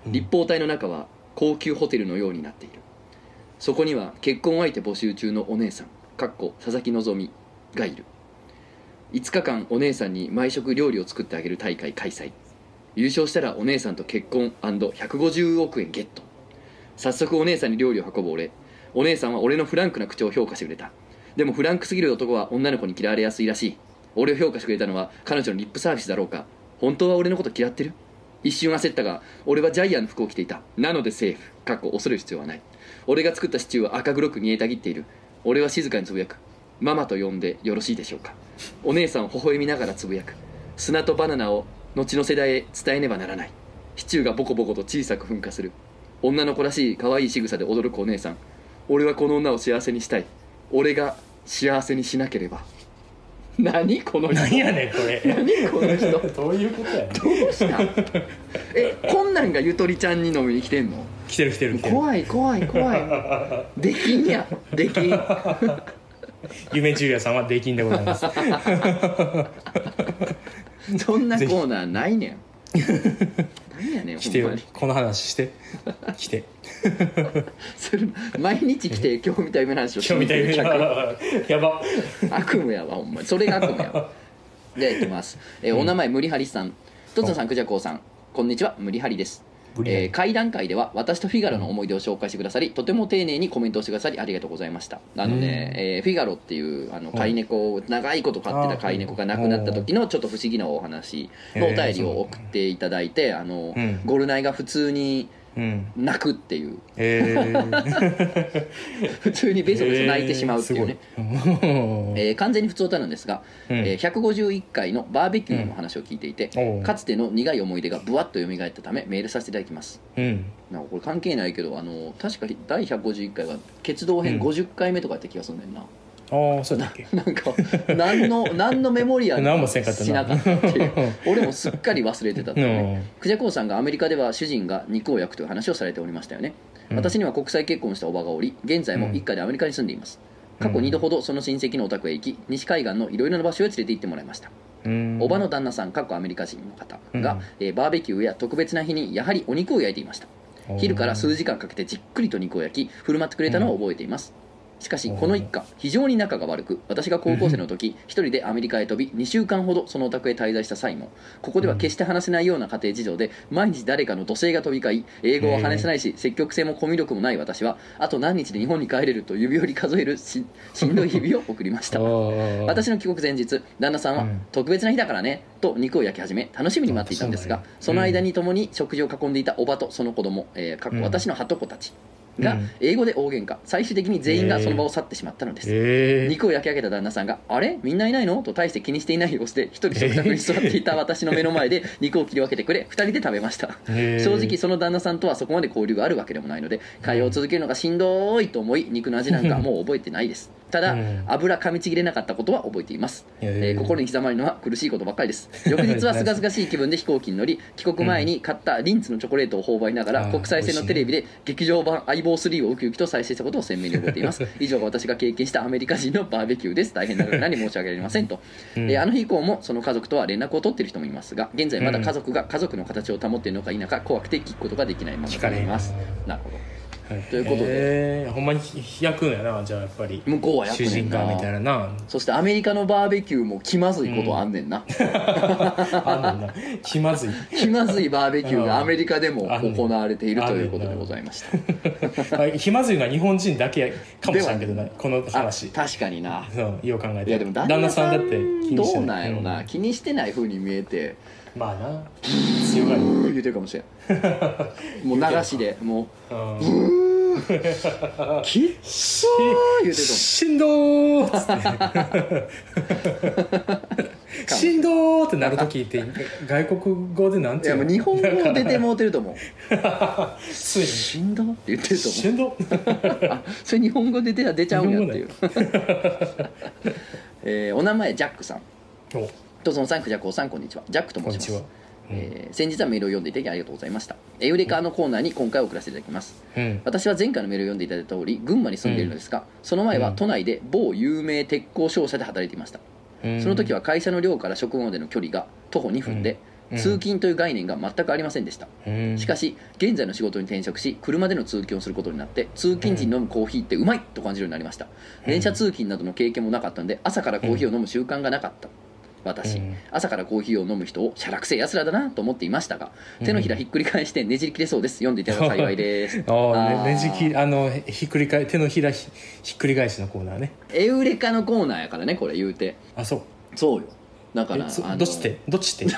うん立方体の中は高級ホテルのようになっているそこには結婚相手募集中のお姉さんかっこ佐々木希がいる5日間お姉さんに毎食料理を作ってあげる大会開催優勝したらお姉さんと結婚 &150 億円ゲット早速お姉さんに料理を運ぶ俺お姉さんは俺のフランクな口調を評価してくれたでもフランクすぎる男は女の子に嫌われやすいらしい俺を評価してくれたのは彼女のリップサービスだろうか本当は俺のこと嫌ってる一瞬焦ったが俺はジャイアンの服を着ていたなのでセーフかっこ恐れる必要はない俺が作ったシチューは赤黒く煮えたぎっている俺は静かにつぶやくママと呼んでよろしいでしょうかお姉さんを微笑みながらつぶやく砂とバナナを後の世代へ伝えねばならないシチューがボコボコと小さく噴火する女の子らしい可愛い仕草で驚くお姉さん俺はこの女を幸せにしたい俺が幸せにしなければ何この人何やねんこれ。何この人どういうことやねん。どうしたえこんなんがゆとりちゃんに飲みに来てんの来てる来てる来てる。怖い怖い怖いできんやできん夢中也さんはできんでございます。そんなコーナーないねん何やねん来てほんまよに。この話して。来て。それ毎日来て今日みたいな話を今日みたいる客なやば悪夢やわほんまにそれが悪夢やわではいきます、えーお名前無理はりさんとつのさんくじゃこうさんこんにちは無理はりです無理はりえー会談会では私とフィガロの思い出を紹介してくださりとても丁寧にコメントをしてくださりありがとうございましたあのね、えーフィガロっていうあの飼い猫を長いこと飼ってた飼い猫が亡くなった時のちょっと不思議なお話のお便りを送っていただいてあの、うんゴルナイが普通にうん泣くっていうえー、普通にベソベソ泣いてしまうっていうね、えーすごいうんえー完全に普通歌なんですが、うんえー151回のバーベキューの話を聞いていて、うんおうかつての苦い思い出がぶわっと蘇ったためメールさせていただきますうんなんかこれ関係ないけどあの確か第151回は「鉄道編うん50回目」とかやった気がするんだよな、 ああそうだっけなんか何の何のメモリアル何もせんかったなしなかったっていう俺もすっかり忘れてたっ ていうねクジャコウさんがアメリカでは主人が肉を焼くという話をされておりましたよね、うん私には国際結婚したおばがおり現在も一家でアメリカに住んでいます、過去2度ほどその親戚のお宅へ行き西海岸のいろいろな場所へ連れて行ってもらいました、うんおばの旦那さん過去アメリカ人の方が、うんえーバーベキューや特別な日にやはりお肉を焼いていました昼から数時間かけてじっくりと肉を焼き振る舞ってくれたのを覚えていますしかしこの一家非常に仲が悪く私が高校生の時一人でアメリカへ飛び2週間ほどそのお宅へ滞在した際もここでは決して話せないような家庭事情で毎日誰かの土星が飛び交い英語は話せないし積極性もコミュ力もない私はあと何日で日本に帰れると指折り数えるししんどい日々を送りま した私の帰国前日旦那さんはうん「特別な日だからね」と肉を焼き始め楽しみに待っていたんですがあそうなんやその間に共に食事を囲んでいたおばとその子供、えーかっこうん私のはとこたちがうん英語で大喧嘩最終的に全員がその場を去ってしまったのです、ええ肉を焼き上げた旦那さんが「あれみんないないの?」と大して気にしていない様子で一人食卓に座っていた私の目の 前で肉を切り分けてくれ2人で食べましたええ正直その旦那さんとはそこまで交流があるわけでもないので会話を続けるのがしんどいと思い肉の味なんかもう覚えてないですただうん油噛みちぎれなかったことは覚えています、ええー心に刻まれるのは苦しいことばっかりです翌 日はすがすがしい気分で飛行機に乗り帰国前に買ったリンツのチョコレートを頬張りながあらー国際線のテレビで劇場版「相棒3」をウキウキと再生したことを鮮明に覚えています 以上が私が経験したアメリカ人のバーベキューです大変ながらに申し訳ありませんとうんえーあの日以降もその家族とは連絡を取っている人もいますが現在まだ家族が家族の形を保っているのか否か怖くて聞くことができないまま聞かれでへいんますなるほどはいということでええほんまに焼くんやなじゃあやっぱり向こうはやっぱ主ねん人な公みたいななそしてアメリカのバーベキューも気まずいことあんねんな、あんねんな気まずい気まずいバーベキューがアメリカでもあんねん行われているあとんねんいなうことでございましたあ気まずいのは日本人だけかもしれんけどなこのあ話確かになそうよう考えていやでも旦那さん旦那気にしどてうなんやろな、うん気にしてない風に見えてまあな強がりうー言うてるかもし れんもう流しでもうんうきっそー言うてるかもしんどーっつってしんどーってなるときって外国語でなんいていやうもうの日本語出てもうてると思うついにしんどって言ってるとしんど思うあそれ日本語で出たら出ちゃうんやっていう日、えーお名前ジャックさんおとそのサンクジャコウさんこんにちはジャックとこん申にしちまはす、えー先日はメールを読んでいただきありがとうございましたエウレカのコーナーに今回送らせていただきますうん私は前回のメールを読んでいただいた通り群馬に住んでいるのですが、その前は都内で某有名鉄工商社で働いていましたうんその時は会社の寮から職場までの距離が徒歩2分で、うん通勤という概念が全くありませんでしたうんしかし現在の仕事に転職し車での通勤をすることになって通勤時に飲むコーヒーってうまいと感じるようになりました電車通勤などの経験もなかったので朝からコーヒーを飲む習慣がなかった私うん朝からコーヒーを飲む人をしゃらくせえやつらだなと思っていましたが手のひらひっくり返してねじり切れそうです読んでいた だくと幸いですあーあーねねじきあのひひっくり返手のひらひひっくり返しのコーナーねエウレカのコーナーやからねこれ言うてあそうそうよだからえそあのどっちってどっちって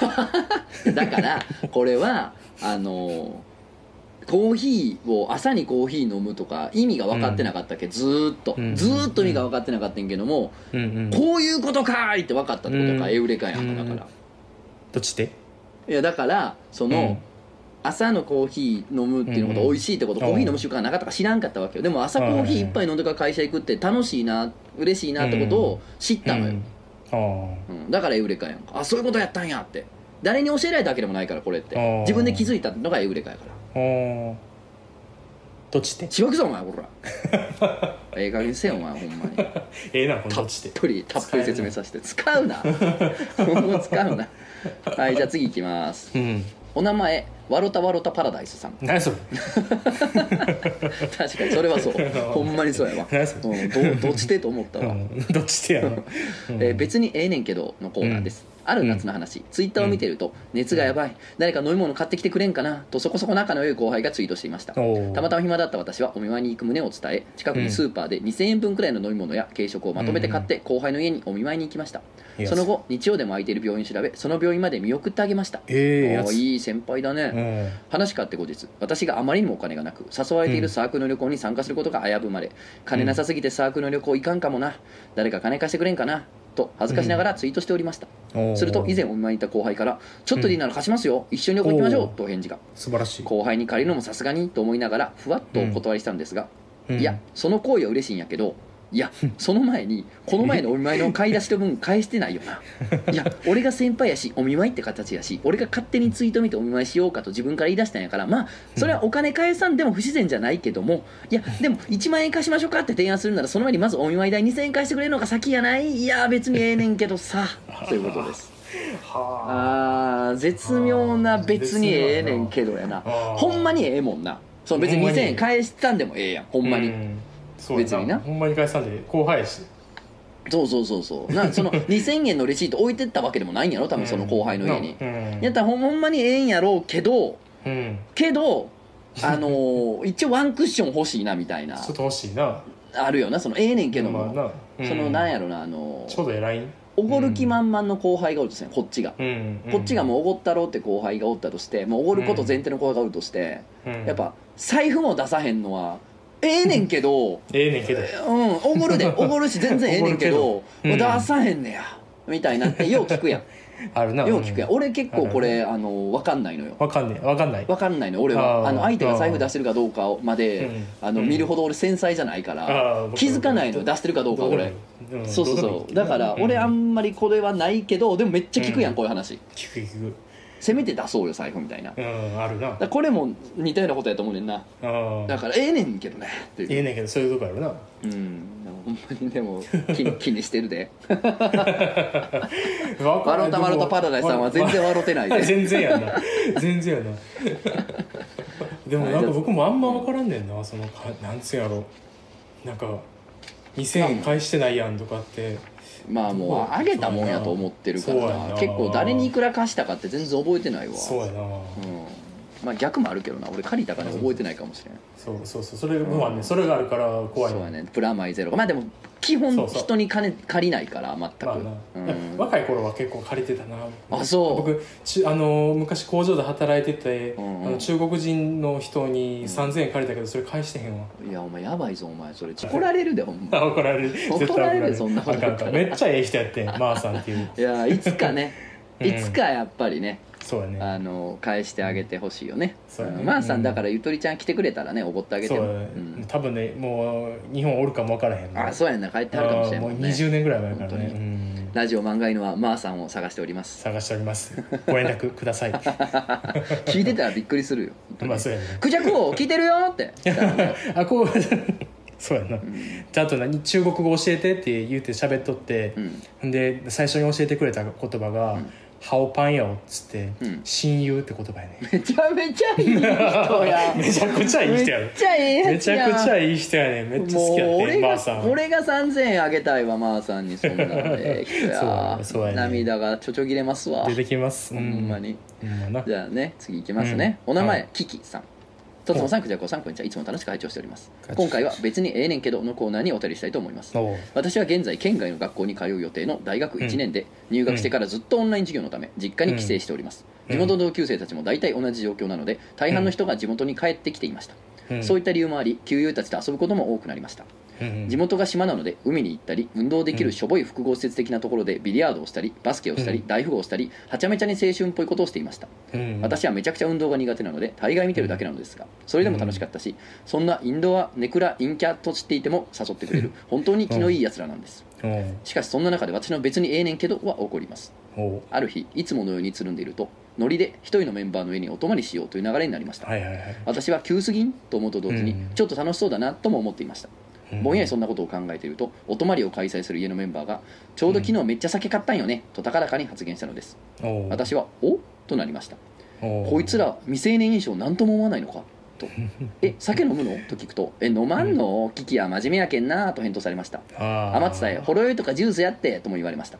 だからこれはあのコーヒーを朝にコーヒー飲むとか意味が分かってなかったっけ、ずーっと、うんずーっと意味が分かってなかったんやけども、うんうんどこういうことかーいって分かったってことやから、うんエウレカやんかだから、っちっていやだからその、うん朝のコーヒー飲むっていうこと、うんうん美味しいってことうんコーヒー飲む習慣がなかったから知らんかったわけよでも朝コーヒー一杯飲んでから会社行くって楽しいな嬉しいなってことを知ったのよ、うんあうん、だからエウレカやんかあそういうことやったんやって誰に教えられたわけでもないからこれっあてー自分で気づいたのがエウレカやからーあーどっちってしばくぞお前こら ええ加減せえお前ほんまにたっええなこのどっちってぷりたっぷり説明させて使うな今後使うなはいじゃあ次いきますうんお名前わろたわろたパラダイスさん何それ確かにそれは そうほんまにそうやわ、何それうん、どどっちでと思ったうわ、んどっちってやな、うんえー別にええねんけどのコーナーです、ある夏の話、ツイッターを見てると、熱がやばい、誰か飲み物買ってきてくれんかなと、そこそこ仲の良い後輩がツイートしていました。たおーまたま暇だった私は、お見舞いに行く旨を伝え、近くにスーパーで2000円分くらいの飲み物や軽食をまとめて買って、後輩の家にお見舞いに行きました。いやその後、日曜でも空いている病院を調べ、その病院まで見送ってあげました。ええやおーついい先輩だね。うん話変わって後日私があまりにもお金がなく誘われているサークルの旅行に参加することが危ぶまれ金なさすぎてサークルの旅行行かんかもな誰か金貸してくれんかなと恥ずかしながらツイートしておりました、おーすると以前お見舞いに行った後輩から「ちょっとでいいなら貸しますよ、一緒に旅行行きましょおうー」とお返事が素晴らしい後輩に借りるのもさすがにと思いながらふわっとお断りしたんですが、うんいやその行為は嬉しいんやけどいやその前にこの前のお見舞いの買い出しの分返してないよないや俺が先輩やしお見舞いって形やし俺が勝手にツイート見てお見舞いしようかと自分から言い出したんやからまあそれはお金返さんでも不自然じゃないけどもいやでも1万円貸しましょうかって提案するならその前にまずお見舞い代2000円返してくれるのが先やないいや別にええねんけどさということですはあー絶妙な別にええねんけどやなあーほんまにええもんなその別にほんまに2000円返したんでもええやんほほんまに、そうや別になほんまに返さんで後輩やしそうそうそうそうな その2000円のレシート置いてったわけでもないんやろ多分その後輩の家に、うんやったらほんほんまにええんやろうけどうんけどあのー一応ワンクッション欲しいなみたいなちょっと欲しいなあるよなそのええねんけども、まあなうんそのなんやろなあのちょうど偉いおごる気満々の後輩がおるとしてこっちが、うんこっちがもうおごったろうって後輩がおったとしてもうおごること前提の後輩がおるとして、うんやっぱ財布も出さへんのはええねんけどええねんけどうんお ごるでおごるし全然ええねんけどおごるけどうん出さへんねやみたいなってよう聞くやんあるなよう聞くや んうん俺結構これあの分かんないのよわかんねえわかんない分かんないの俺はあーあの相手が財布出してるかどうかまでうあのうん見るほど俺繊細じゃないかあーら僕気づかないのよ出してるかどうかどうでも俺いいんそうそうどでもそいういだからうん俺あんまりこれはないけどでもめっちゃ聞くやうんんこういう話聞く聞せめて出そうよ財布みたいなくうんあるなだからこれも似たようなことやと思うねんなあーだからええねんけどねってえいうえねんけどそういうとこやろなうんでもほんまにでも 気に気にしてるで「わわろたまろたパラダイス」さんは全然笑ってないで全然やんな全然やなでもなんか僕もあんま分からんねんなそのかなんつうんやろなんか2000円返してないやんとかってまあもうあげたもんやと思ってるかそうやらな結構誰にいくら貸したかって全然覚えてないわそうやな、うんまあ逆もあるけどな俺借りたから覚えてないかもしれないそうそうそうそれもあんねんそれがあるから怖いそうやねねプラマイゼロまあでも基そ本うそう人に金借りないから全まあく、なうん若い頃は結構借りてたなあそう僕ちあの昔工場で働いてて、うんうんあの中国人の人に3000円借りたけどそれ返してへんわ、いやお前やばいぞお前それ怒られるでほんまあ 怒られる絶対怒られるそんなことあかんあかんめっちゃええ人や ってんマーさんっていういやいつかね うんいつかやっぱりね、そうやねあの返してあげてほしいよねそうやねんマーさうんんだからゆとりちゃん来てくれたらねおごってあげそてうもやうね、ん多分ねもう日本おるかもわからへんあそうやんな帰ってはるかもしれあんーももうんね20年ぐらい前から本ね当にうんラジオ漫画犬はマーさんを探しております 探しておりますご連絡くだ さい聞いてたらびっくりするよ本当にまあそうやねクジャク王聞いてるよって言ったらねあこう そうやな、ちゃんと何中国語教えてって言うて喋っとってう、んで最初に教えてくれた言葉が「ハオパンやお」っつって、うん親友」って言葉やね めちゃめちゃいい人 やめちゃくちゃいい人やろめっちゃええめやつちやゃんくちゃいい人やねめっちゃ好きやもうって俺マがーさん俺が3000円あげたいわマーさんにそんな ええ人やそうそうやね涙がちょちょぎれますわ出てきますほんまにほんまなじゃあね次いきますね、うんお名前、はいキキさんとつもさんくじゃこさんこんにちはいつも楽しく拝聴しておりますはい今回は別にええねんけどのコーナーにお便りしたいと思いますおう私は現在県外の学校に通う予定の大学1年で、入学してからずっとオンライン授業のため実家に帰省しております、うん地元の同級生たちも大体同じ状況なので大半の人が地元に帰ってきていました、うんそういった理由もあり旧友たちと遊ぶことも多くなりましたうん地元が島なので海に行ったり運動できるしょぼい複合施設的なところでビリヤードをしたりバスケをしたりうん大富豪をしたりはちゃめちゃに青春っぽいことをしていましたうん私はめちゃくちゃ運動が苦手なので大概見てるだけなのですがそれでも楽しかったしそんなインドアネクラ陰キャと知っていても誘ってくれる本当に気のいいやつらなんですおうしかしそんな中で私の別にええねんけどは起こりますおうある日いつものようにつるんでいるとノリで一人のメンバーの家にお泊まりしようという流れになりましたはいはいはい私は急すぎんと思うと同時にうんちょっと楽しそうだなとも思っていましたうぼんやりそんなことを考えているとお泊まりを開催する家のメンバーが「ちょうど昨日めっちゃ酒買ったんよね」と高らかに発言したのですおう私は「おとなりましたおうこいつら未成年印象何とも思わないのかと「え酒飲むの?」と聞くと「え飲まんのキキや真面目やけんな」と返答されました「あー余ってたえほろ酔いとかジュースやって」とも言われました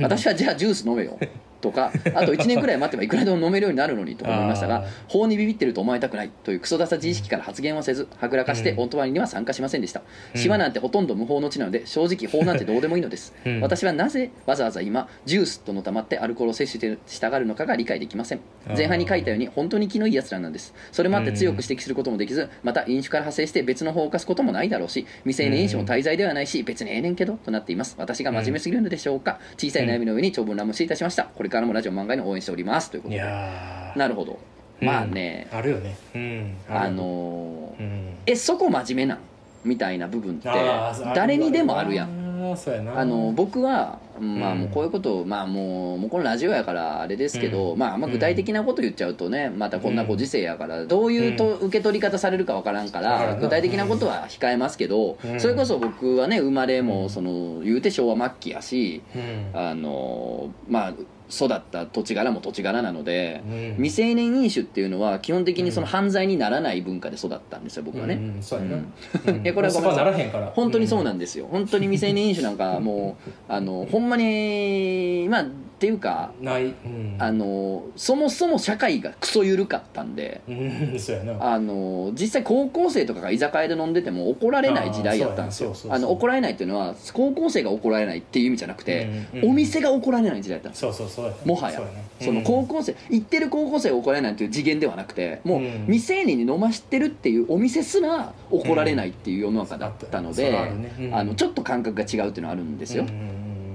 私は「じゃあジュース飲めよ」とか「あと1年くらい待てばいくらでも飲めるようになるのに」とか思いまし たあがー法にビビってると思われたくないというクソダサ自意識から発言はせずはぐらかしてうんオントマリには参加しませんでしたうん島なんてほとんど無法の地なので正直法なんてどうでもいいのです、うん私はなぜわざわざ今ジュースとのたまってアルコールを摂取したがるのかが理解できませんあー前半に書いたように本当に気のいいやつらなんですそれもあって強く指摘することもできずまた飲酒から派生して別の方を犯すこともないだろうし未成年飲酒も滞在ではないし別にええねんけどとなっています私が真面目すぎるのでしょうか小さい悩みの上に長文乱無視いたしましたこれからもラジオ漫画に応援しておりますというこいとでやーなるほどまあね、あるよねうんあるのーうんえそこ真面目なんみたいな部分ってあー誰にでもあるやんんあーそうやなあの僕は、まあ、うんもうこういうこと、まあ、もうもうこのラジオやからあれですけうど、んまあ、あんま具体的なこと言っちゃうとねまたこんなご時世やからどういうと受け取り方されるかわからんかわかららんな具体的なことは控えますけど、うんそれこそ僕はね生まれうもんその言うて昭和末期やしうんあの、まあ、育った土地柄も土地柄なので。うん未成年飲酒っていうのは基本的にその犯罪にならない文化で育ったんですよ僕はね、うんうんそうやなうんうんいやこれはごめそんなさいうならへんから本当にそ なうなんですよ、本当に未成年飲酒なんかもうあのほんまにまあっていうかないうんあのそもそも社会がクソ緩かったんでうんそうやなあの実際高校生とかが居酒屋で飲んでても怒られない時代やったんですあよーそうやあねそうそうそうの怒られないっていうのは高校生が怒られないっていう意味じゃなくて、うんうんお店が怒られない時代だったんですよそうそうそうやもはやそうねその高校生行ってる高校生が怒られないという次元ではなくてもううん未成年に飲ましてるっていうお店すら怒られないっていう世の中だったのうんでそうあるねうんあのちょっと感覚が違うっていうのはあるんですようんうん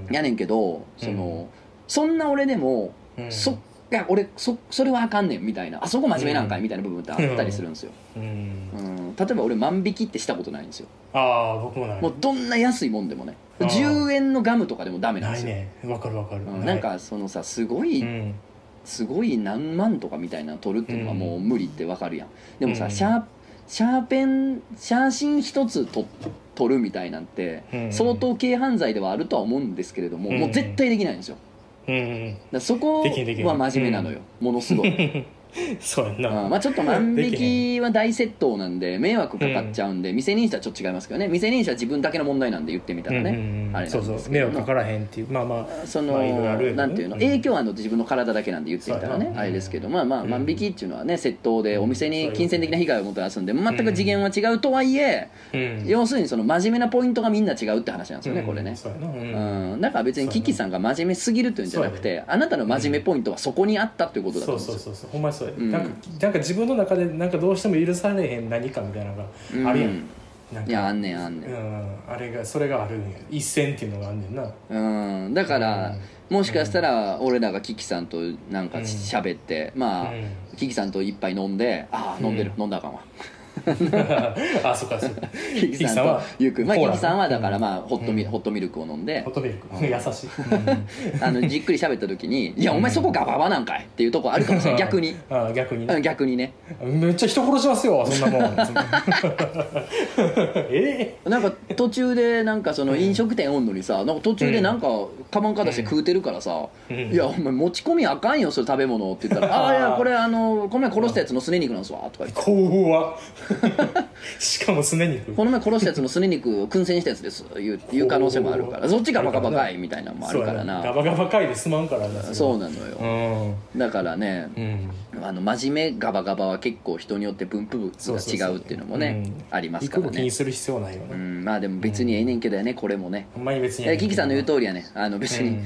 うんやねんけどそのそんな俺でもうんそっか俺そそれはあかんねんみたいなあそこ真面目なんかいみたいな部分ってあったりするんですよ、うんうん、例えば俺万引きってしたことないんですよああ僕もないもうどんな安いもんでもねあー10円のガムとかでもダメなんなでいすよねわかるわかるうんなんかそのさすごい、うんすごい何万とかみたいなの取るっていうのはもう無理ってわかるやんでもさ、うんシャーシャーペン写真一つと取るみたいなんてうん相当軽犯罪ではあるとは思うんですけれども、うんもう絶対できないんですようんうんだからそこできんできんは真面目なのよ、ものすごい そうやんなうんまあ、ちょっと万引きは大窃盗なんで迷惑かかっちゃうんで未成年者はちょっと違いますけどね未成年者は自分だけの問題なんで言ってみたらね、うんうんあれなんですそけうどそう迷惑かからへんっていうまあまあその、まあいろいろあるよねなんていうのうん影響はあの自分の体だけなんで言ってみたらそうねやなあれですけどまあまあうん万引きっていうのはね窃盗でお店うんそういうにこと金銭的な被害をもたらすんで全く次元は違うとはいえ、うん要するにその真面目なポイントがみんな違うって話なんですよね、うんこれね。そうやなううんん、だから別にキキさんが真面目すぎるというんじゃなくて、あなたの真面目ポイントはそこにあったということだとそう思うんでそうそすようそうほんまにそうや、うんなんかなんか自分の中でなんかどうしても許されへん何かみたいなのがあるやん,、うんなんかいやあんねんあんねうんんあれがそれがあるんや一線っていうのがあんねん なうんだから、もしかしたら俺らがキキさんとなんかうん喋って、まあ、うんキキさんと一杯飲んでああ飲んでる、うん飲んだらあかんわあそっかそっかキキさんとゆうくんまあコーキラキさんはだからまあホットミ,、うんホットミルクを飲んでホットミルクうん優しい、うんあのじっくり喋った 時に「いやお前そこガババなんかい」っていうとこあるかもしれない 逆にあ逆にねうん逆にねめっちゃ人殺しますよそんなもん えなんか途中でなんかその飲食店おんのにさなんか途中でなんかカバンからして食うてるからさ「うんいやお前持ち込みあかんよそれ食べ物」って言ったら「ああいやこれあのこの前殺したやつのすね肉なんですわ」とか言って。怖っ しかもすね肉この前殺したやつのすね肉を燻製にしたやつです言う言う可能性もあるからそっちがバカバカいみたいなのもあるからそうやガなバガバかいですまんからなそううなのようんだからねうんあの真面目ガバガバは結構人によって分布そがうそうそう違うっていうのもねうんあります一か個らも気にねする必要ないよね、うんまあでも別にええねんけどやねこれもねほんまに別にえキキさんの言う通りやねあの別に、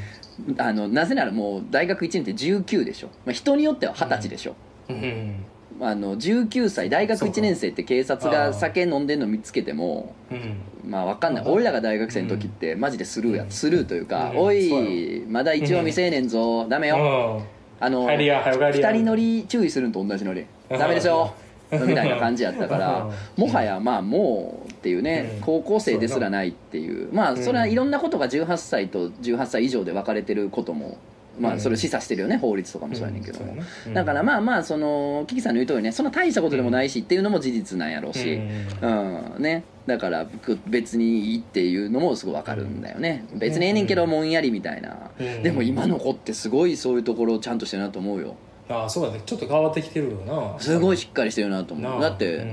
あのなぜならもう大学1年って19でしょ、まあ、人によっては20歳でしょ、り、うんあの19歳大学1年生って警察が酒飲んでんの見つけてもうん、まあわかんない俺らが大学生の時ってマジでスルーや、うんスルーというか「うんおそういまだ一応未成年ぞ、ダメよ」うんあの帰りや早く帰りや二人乗り注意するのと同じ乗りうんダメでしょみたいな感じやったからもはやまあもうっていうねうん高校生ですらないっていうまあそれはいろんなことが18歳と18歳以上で分かれてることもまうあんそれを示唆してるよね法律とかもそうやねんけどうもんそうやなだからまあまあそのキキさんの言う通りねそんな大したことでもないしっていうのも事実なんやろうし、うんうんね、だからく別にいいっていうのもすごいわかるんだよね別にええねんけどもんやりみたいな、うんでも今の子ってすごいそういうところをちゃんとしてるなと思うよああそうだねちょっと変わってきてるよなすごいしっかりしてるなとな思あうだってう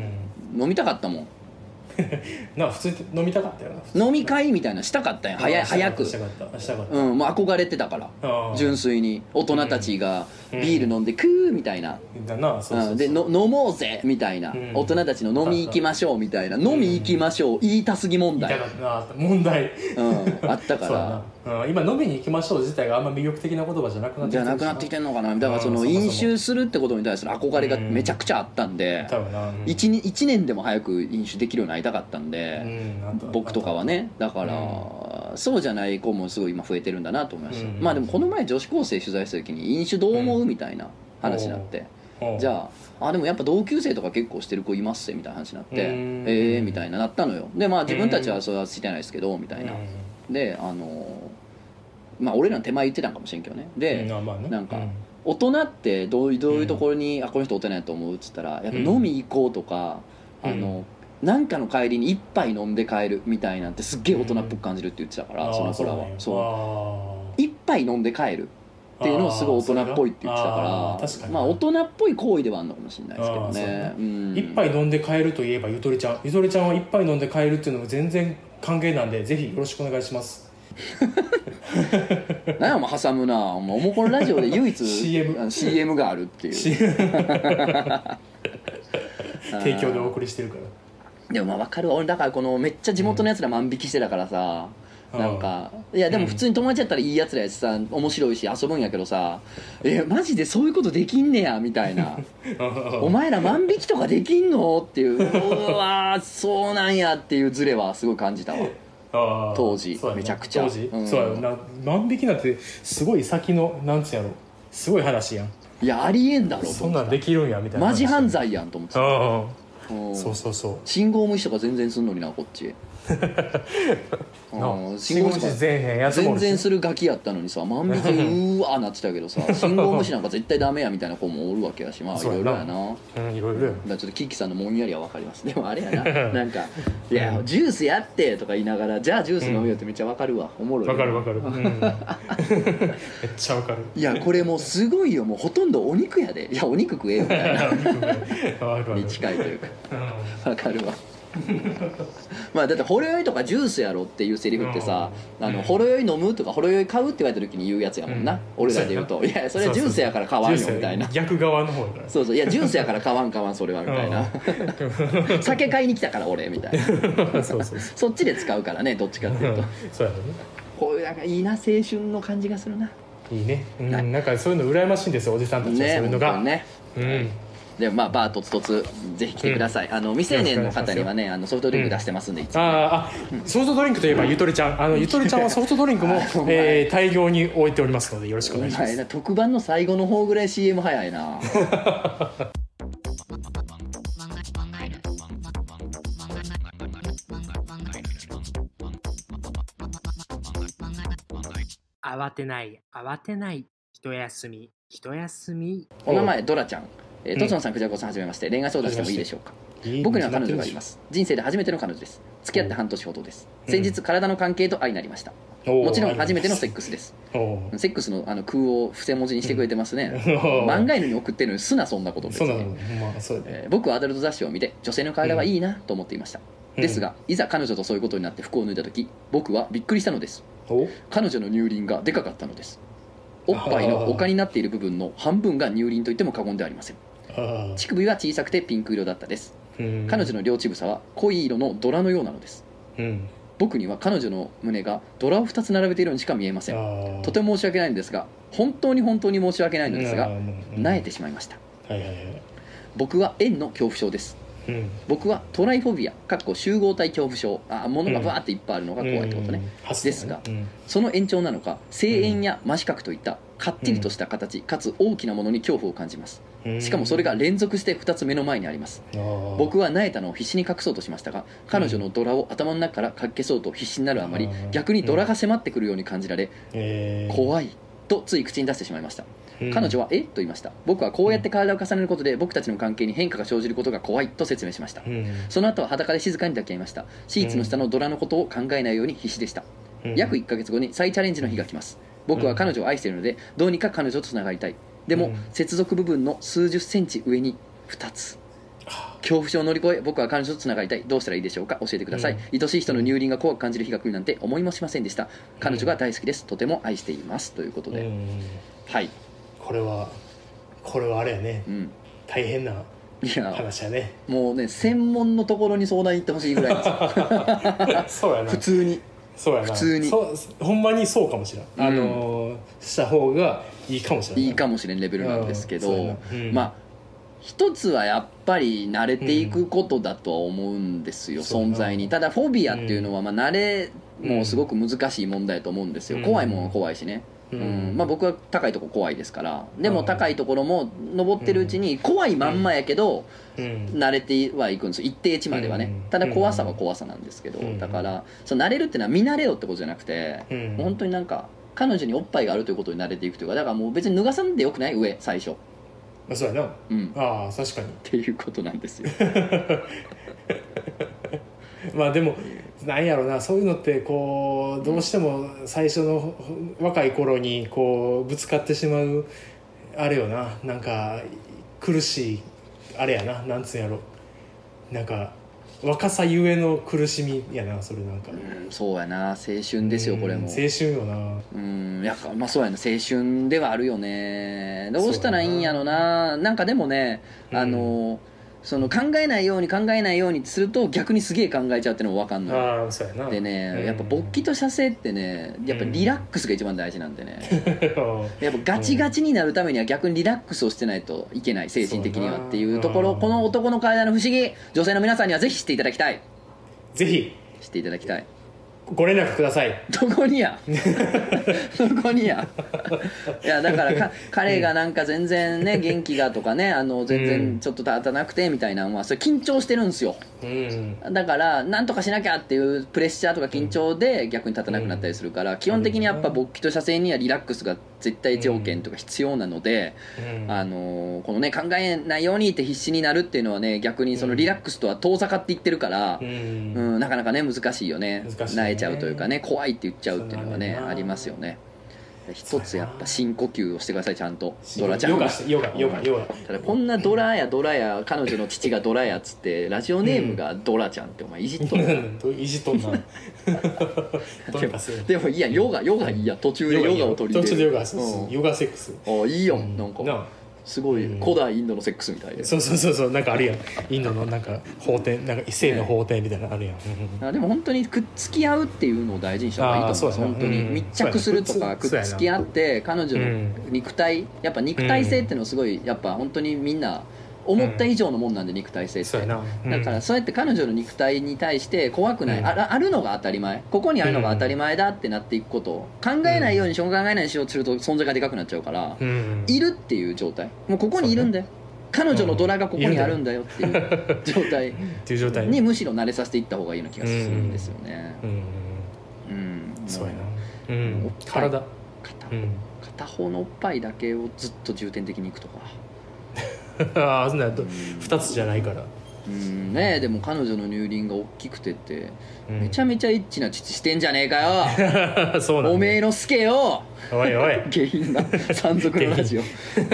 飲みたかったもんんなあ普通に飲みたかったよな飲み会みたいなしたかったんや早い早くしたかったしたかったうんもう憧れてたからああ純粋に大人たちがうんビール飲んでクーみたいな、だなそうそうそううんでの飲もうぜみたいな、うん大人たちの飲み行きましょうみたいな、飲み行きましょう言いたすぎ問痛題かったな問題うん、あったかそうらやな、うん、今飲みに行きましょう自体があんま魅力的な言葉じゃなくなってじゃなくなってきてんのかなだからそうんのそもそも飲酒するってことに対する憧れがうんめちゃくちゃあったんで多分な、うん 1, に一年でも早く飲酒できるようになりたかったんうでんあった僕とかはねだからそうじゃない子もすごい今増えてるんだなと思いましたうんまあでもこの前女子高生取材した時に飲酒どう思うみたいな話になってうんじゃああでもやっぱ同級生とか結構してる子いますぜみたいな話になってうんええみたいななったのよでまあ自分たちはそれはしてないですけどみたいなであのまあ俺らの手前言ってたんかもしれんけどねで、うんまあねなんかうん大人ってどういうどういうところに、あこの人大人やと思うっつったらやっぱ飲み行こうとか、うんあのなんかの帰りに一杯飲んで帰るみたいなんてすっげえ大人っぽく感じるって言ってたから、あーその子らはそうそうなんや一杯飲んで帰るっていうのはすごい大人っぽいって言ってたからあー確かにまあ大人っぽい行為ではあるのかもしれないですけどあーそうねねうん一杯飲んで帰るといえばゆとりちゃんゆとりちゃんは一杯飲んで帰るっていうのも全然歓迎なんでぜひよろしくお願いします何やお前挟むなお前おもころラジオで唯 一 CM あの CM があるっていうし提供でお送りしてるかでもまあ分かるわ俺だからこのめっちゃ地元のやつら万引きしてたからさ、うんなんかいやでも普通に友達やったらいいやつらやしさ面白いし遊ぶんやけどさえマジでそういうことできんねやみたいならお前ら万引きとかできんのっ ていううわーそうなんやっていうズレはすごい感じたわあー 当時そうやなめちゃくちゃ当時、うんそうやな万引きなんてすごい先のなんつうやろすごい話やんいやありえんだろとそん思なっんてできるんやみたいなマジ犯罪罪やんと思ってたあうあんそうそうそう信号無視とか全然すんのになこっ ちうんな信号無視全編やつもお全るし然するガキやったのにさ万引きうーわーなってたけどさ 信号無視なんか絶対ダメやみたいな子もおるわけやしまあいそうろやないろやなだかうんいろいろやらちょっとキッキさんのもんやりは分かりますでもあれ やななんか「いやジュースやって」とか言いながら「じゃあジュース飲みよ」ってめっちゃ分かるわおもろいわかるわかる、うん めっちゃわかるいやこれもうすごいよもうほとんどお肉やでいやお肉食えよ みたいなあるあるに近いというかうんわかるわまあだって「ほろ酔い」とか「ジュースやろ」っていうセリフってさ「うんあうのんほろ酔い飲む」とか「ほろ酔い買う」って言われた時に言うやつやもんな、うん俺らで言うと「いやそれはジュースやから買わんよ」みたいなジュースや逆側の方やからそうそう「いやジュースやから買わん買わんそれは」みたいな「酒買いに来たから俺」みたいなそうそうそそっちで使うからねどっちかっていううとそうやろねこういうなんかいいな青春の感じがするないいね、うん、なんかそういうの羨ましいんですよおじさんたちはそういねうの本が当にねうんでもまあバーとつとつぜひ来てください、あの未成年の方にはねあのソフトドリンク出してますんで、いつもねあーあソフトドリンクといえばゆとりちゃんあのゆとりちゃんはソフトドリンク も、えー大量に置いておりますのでよろしくお願いしおま前すな特番の最後の方ぐらい CM 早いな慌てない慌てない一休み一休みお名前ドラちゃんえうーんとつのさんくじゃこさんはじめまして恋愛相談してもいいでしょうか僕には彼女がいますす人生で初めての彼女です付き合って半年ほどです先日体の関係と相なりましたもちろん初めてのセックスですおセックスのあの空を伏せ文字にしてくれてますねお漫画犬に送ってるのにすなそんなことー別そうなのにまあそうだねえー僕はアダルト雑誌を見て女性の体はいいなと思っていましたですがいざ彼女とそういうことになって服を脱いだ時僕はびっくりしたのですお彼女の乳輪がでかかったのですおっぱいの丘になっている部分の半分が乳輪といっても過言ではありませんあ乳首は小さくてピンク色だったですー彼女の両乳房は濃い色のドラのようなのですうん僕には彼女の胸がドラを2つ並べているようにしか見えませんとても申し訳ないのですが本当に本当に申し訳ないのですが萎えててしまいましたはいはいはい僕は円の恐怖症ですうん僕はトライフォビアかっこ集合体恐怖症あ物がバーっていっぱいあるのが怖いってことね、うん発想ですがうんその延長なのか声円や真四角といったかっちりとした形かつ大きなものに恐怖を感じますうんしかもそれが連続して2つ目の前にありますあー僕は萎えたのを必死に隠そうとしましたが彼女のドラを頭の中からかっけそうと必死になるあまりうん逆にドラが迫ってくるように感じられえー怖いとつい口に出してしまいましたうん彼女は「えっ?」と言いました僕はこうやって体を重ねることで僕たちの関係に変化が生じることが怖いと説明しましたうんその後は裸で静かに抱き合いましたシーツの下のドラのことを考えないように必死でしたうん約1ヶ月後に再チャレンジの日が来ます僕は彼女を愛しているのでどうにか彼女とつながりたいでうもん接続部分の数十センチ上に2つ恐怖症を乗り越え僕は彼女とつながりたいどうしたらいいでしょうか教えてください、愛しい人の乳輪が怖く感じる日が来るなんて思いもしませんでした彼女が大好きですとても愛していますということで、うんはい、これはこれはあれやねうん、大変ないや話やねもうね専門のところに相談行ってほしいぐらいで すよそうやな普通にそうやな普通にそうほんまにそうかもしれん、うんあのーした方がいいかもしれないいいかもしれんレベルなんですけうんそうどやなうんまあ一つはやっぱり慣れていくことだとは思うんですよ、うん存在にただフォビアっていうのはまあ慣れもすごく難しい問題だと思うんですよ、うん怖いもんは怖いしね、ううんんまあ、僕は高いとこ怖いですからでうもん高いところも登ってるうちに怖いまんまやけどうん慣れてはいくんですよ一定値まではねうんただ怖さは怖さなんですけどうんだからその慣れるっていうのは見慣れよってことじゃなくてうん本当になんか彼女におっぱいがあるということに慣れていくというかだからもう別に脱がさんでよくない上最初まあそうやなうんああ確かにっていうことなんです よまあでもなんやろなそういうのってこうどうしても最初のほ若い頃にこうぶつかってしまうあれよななんか苦しいあれやななんつうんやろなんか若さゆえの苦しみやなそれなんかうんそうやな青春ですよこれもうん青春よなうんやっぱまあそうやな青春ではあるよねどうしたらいいんやろななんかでもねうんあの、その考えないように考えないようにすると逆にすげえ考えちゃうってのも分かんないああそうやなでねやっぱ勃起と射精ってねやっぱリラックスが一番大事なん でね、やっぱガチガチになるためには逆にリラックスをしてないといけない精神的にはっていうとこそろうやなこの男の体の不思議女性の皆さんにはぜひ知っていただきたい ぜひ知っていただきたいご連絡くださいどこに やどこにやいやだからか彼がなんか全 然ね元気がとかねあの全う然んちょっと立たなくてみたいなのはそれ緊張してるんですようんだからなんとかしなきゃっていうプレッシャーとか緊張で逆に立たなくなったりするから基本的にやっぱ勃起と射精にはリラックスが絶対条件とか必要なのでうんあのーこのね考えないようにって必死になるっていうのはね逆にそのリラックスとは遠ざかっていってるからううんん、なかなかね難しいよね難しいね泣いちゃうというかね怖いって言っちゃうっていうのがそうなんねだよなありますよね一そうやなつやっぱ深呼吸をしてくださいちゃんとドラちゃんヨがガしてヨガヨガヨガただこんなドラやドラや彼女の父がドラやっつってラジオネームがドラちゃんってお前いじっとるなどういじっと んなどうにかせよでもいいやヨガヨガいいや途中でヨガを取り途入中れでるヨガそうそううんヨガセックスあいいやんなんかすごいうん古代インドのセックスみたいでそうそうそうそうなんかあるやんインドのなんか法廷なんか異性の法廷みたいなのあるやん、うんあでも本当にくっつき合うっていうのを大事にした方がいいと思あうーそうですね本当にうん密着するとかくそっうやなつき合って彼女うのん肉体やっぱ肉体性っていうのはすごいやっぱ本当にみんな思った以上のもんなんで肉体性ってそうやな、うんだからそうやって彼女の肉体に対して怖くない、うんあらあるのが当たり前ここにあるのが当たり前だってなっていくことを考えないようにしよう考えないようにしようとすると存在がでかくなっちゃうから、うんいるっていう状態もうここにいるんだよ彼女のドラがここにあるんだよっていう 状態っていう状態にむしろ慣れさせていった方がいいような気がするんですよねうんうんうんそうやなもうん体片うん 片方のおっぱいだけをずっと重点的にいくとかああそんなんやと2つじゃないから、うんねえでも彼女の乳輪が大きくてってうん、めちゃめちゃエッチな乳してんじゃねえか よそうなんだおめえのすけよおいおい下品 な山賊のラジオ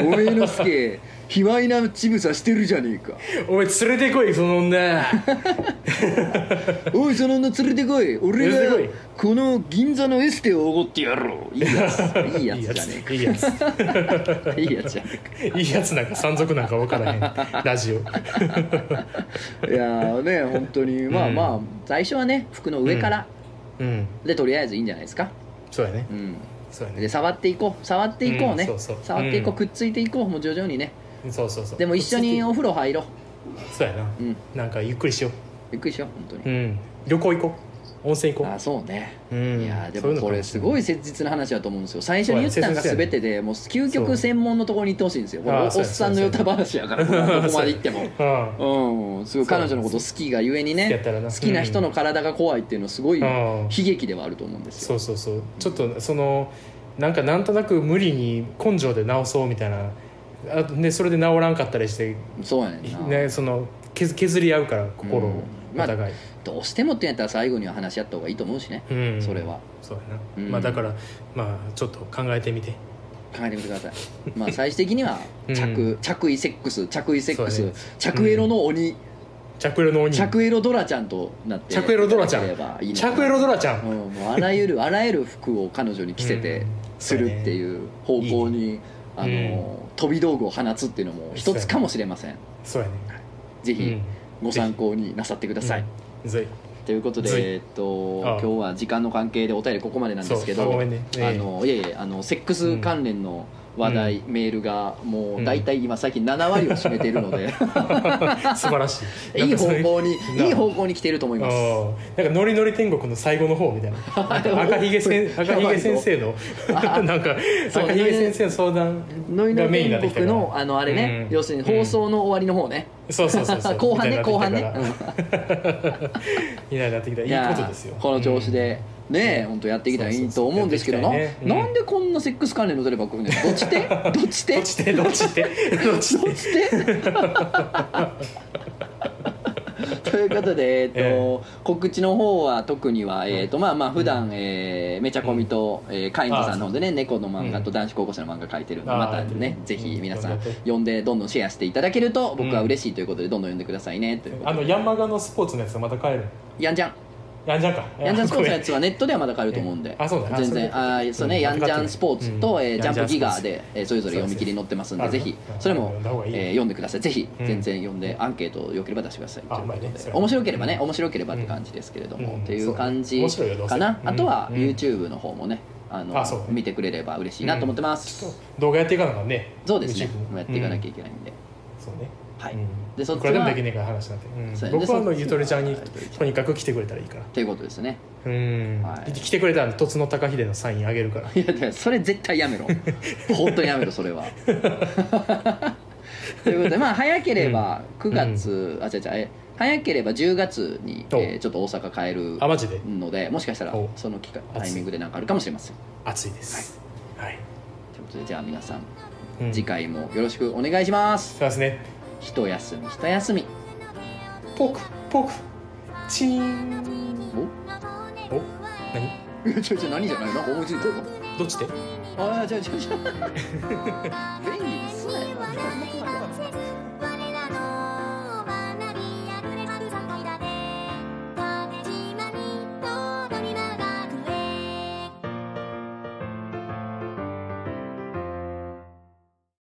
おめえのすけ卑猥な乳房してるじゃねえかおい連れてこいその女おいその女連れてこい俺連がれてこの銀座のエステをおごってやろういい やついいやつじゃねいいやつえかいいやつじゃねいいやついいやつなんか山賊なんか分からへんラジオえかいやーね本当にまあうんまあ最初はね服の上からうんでとりあえずいいんじゃないですかそうやねうんそうやでね触っていこう触っていこうね、うんそうそう触っていこううんくっついていこうもう徐々にねそうそうそうでも一緒にお風呂入ろうそうやな、うんなんかゆっくりしよびっくりしよう本当にう、う、ん、旅行行こう温泉行こあそうねう、うん、いやーでそういうのもかこれすごい切実な話だと思うんですよ最初に言ったのがそうや全てでもう究極専門のところに行ってほしいんですよこれあーおおっそうやさんのヨタ話やからこれはどこまで行ってもうんうんすごい彼女のこと好きがゆえに好きやっねたらな好きな人の体が怖いっていうのはすごい 悲うん劇ではあると思うんですそようそうそうちょっとそのなんかなんとなく無理に根性で治そうみたいなあでそれで治らんかったりして、そうやねんなね、その削削り合うから心うんをおまあ互い、どうしてもってやったら最後には話し合った方がいいと思うしねうんそれはそうやな、うんまあだからまあちょっと考えてみて考えてみてくださいまあ最終的にはうん着、着衣セックス着衣セックス、そうね着エロの鬼、着エロの鬼着エロドラちゃんとなって着エロドラちゃんいただければいいのかな着エロドラちゃうんん、もうあらゆるあらゆる服を彼女に着せてうんするっていう方向に、あうねの飛び道具を放つっていうのも一つかもしれませんそうやねぜうひんご参考になさってください、うんぜということぜひ で、えっと、ああ今日は時間の関係でお便りここまでなんですけそうあどごめんねええあのいえいえあのセックス関連の話題、メールがもう大体今最近7割を占めているので、 ひ素晴らしいいい方向に ないい方向に来ていると思いあますーなんかノリノリ天国の最後の方み たいななんか赤ひげせんやばい赤ひげ先生のなんかそう赤ひげ先生の相談ノイノがメインにな天ってきた国からのあのあれね、うん要するに放送の終わりの方ね、そうそうそうそう 後半ね後半ね、みたいになってきたからみたいになってきたいいことですよやこの調子で、ねえ本当やっていきたらいいと思うんですけどな,、そうそうそうやっていきたいねうんなんでこんなセックス関連のテレばっかりねどっ ちてどっちどてっちでど っちでどっちどっでちてとということで、えっ、と、告知の方は特には、えっ、と、まあまあ、普段、えーめちゃこみと、えー、カインドさんの方でね、猫の漫画と男子高校生の漫画書いてるんで、あーまたね、ぜひ皆さうんん、読んで、どんどんシェアしていただけると、僕は嬉しいということで、どんどん読んでくださいね、ということあでのヤンマガのスポーツのやつまた買えるやんじゃん。ヤンジャンかヤンジャンスポーツのやつつはネットではまだ買えると思うんで、えあそうだな全それ然、あーそうね、うんヤンジャンスポーツうと、んえージヤャンジンャンプスポーツギガで、えーそれぞれ読み切り載ってますんで、そうでぜすひう、んそれも読んだ方がいいえー読んでください。ぜひ、うん全然読んで、アンケートよければ出してくださいとあいうことまあねそで。れは面白ければね、うん面白ければって感じですけれども、うんっていう感うんじ面白いよどうせかな。うんあとは、うん YouTube の方もね、あのあそうね見てくれれば嬉しいなと思ってます。動画やっていかなきゃねそうですね YouTube も、もうやっていかなきゃいけないんで。そうねはいうんでそっちはいくらでもできねえから話なんて、うんそうやね僕はあのそっちはゆとりちゃんにゆとりちゃんとにかく来てくれたらいいからということですね。 うん、はい来てくれたらとつの高秀のサインあげるからいやだからそれ絶対 やめろ本当にやめろそれは ということでまあ早ければ9月、あ違う違うえ早ければ10月に、おえーちょっと大阪帰るあマジでのでもしかしたらおその機会暑いタイミングでなんかあるかもしれません暑いですはい、ということでじゃあ皆さんうん次回もよろしくお願いします、そうですね一休み一休みポクポクチーンお お何ちょちょ何じゃないの思いついてるのどっちで ああ違う違う違う便利にすなよ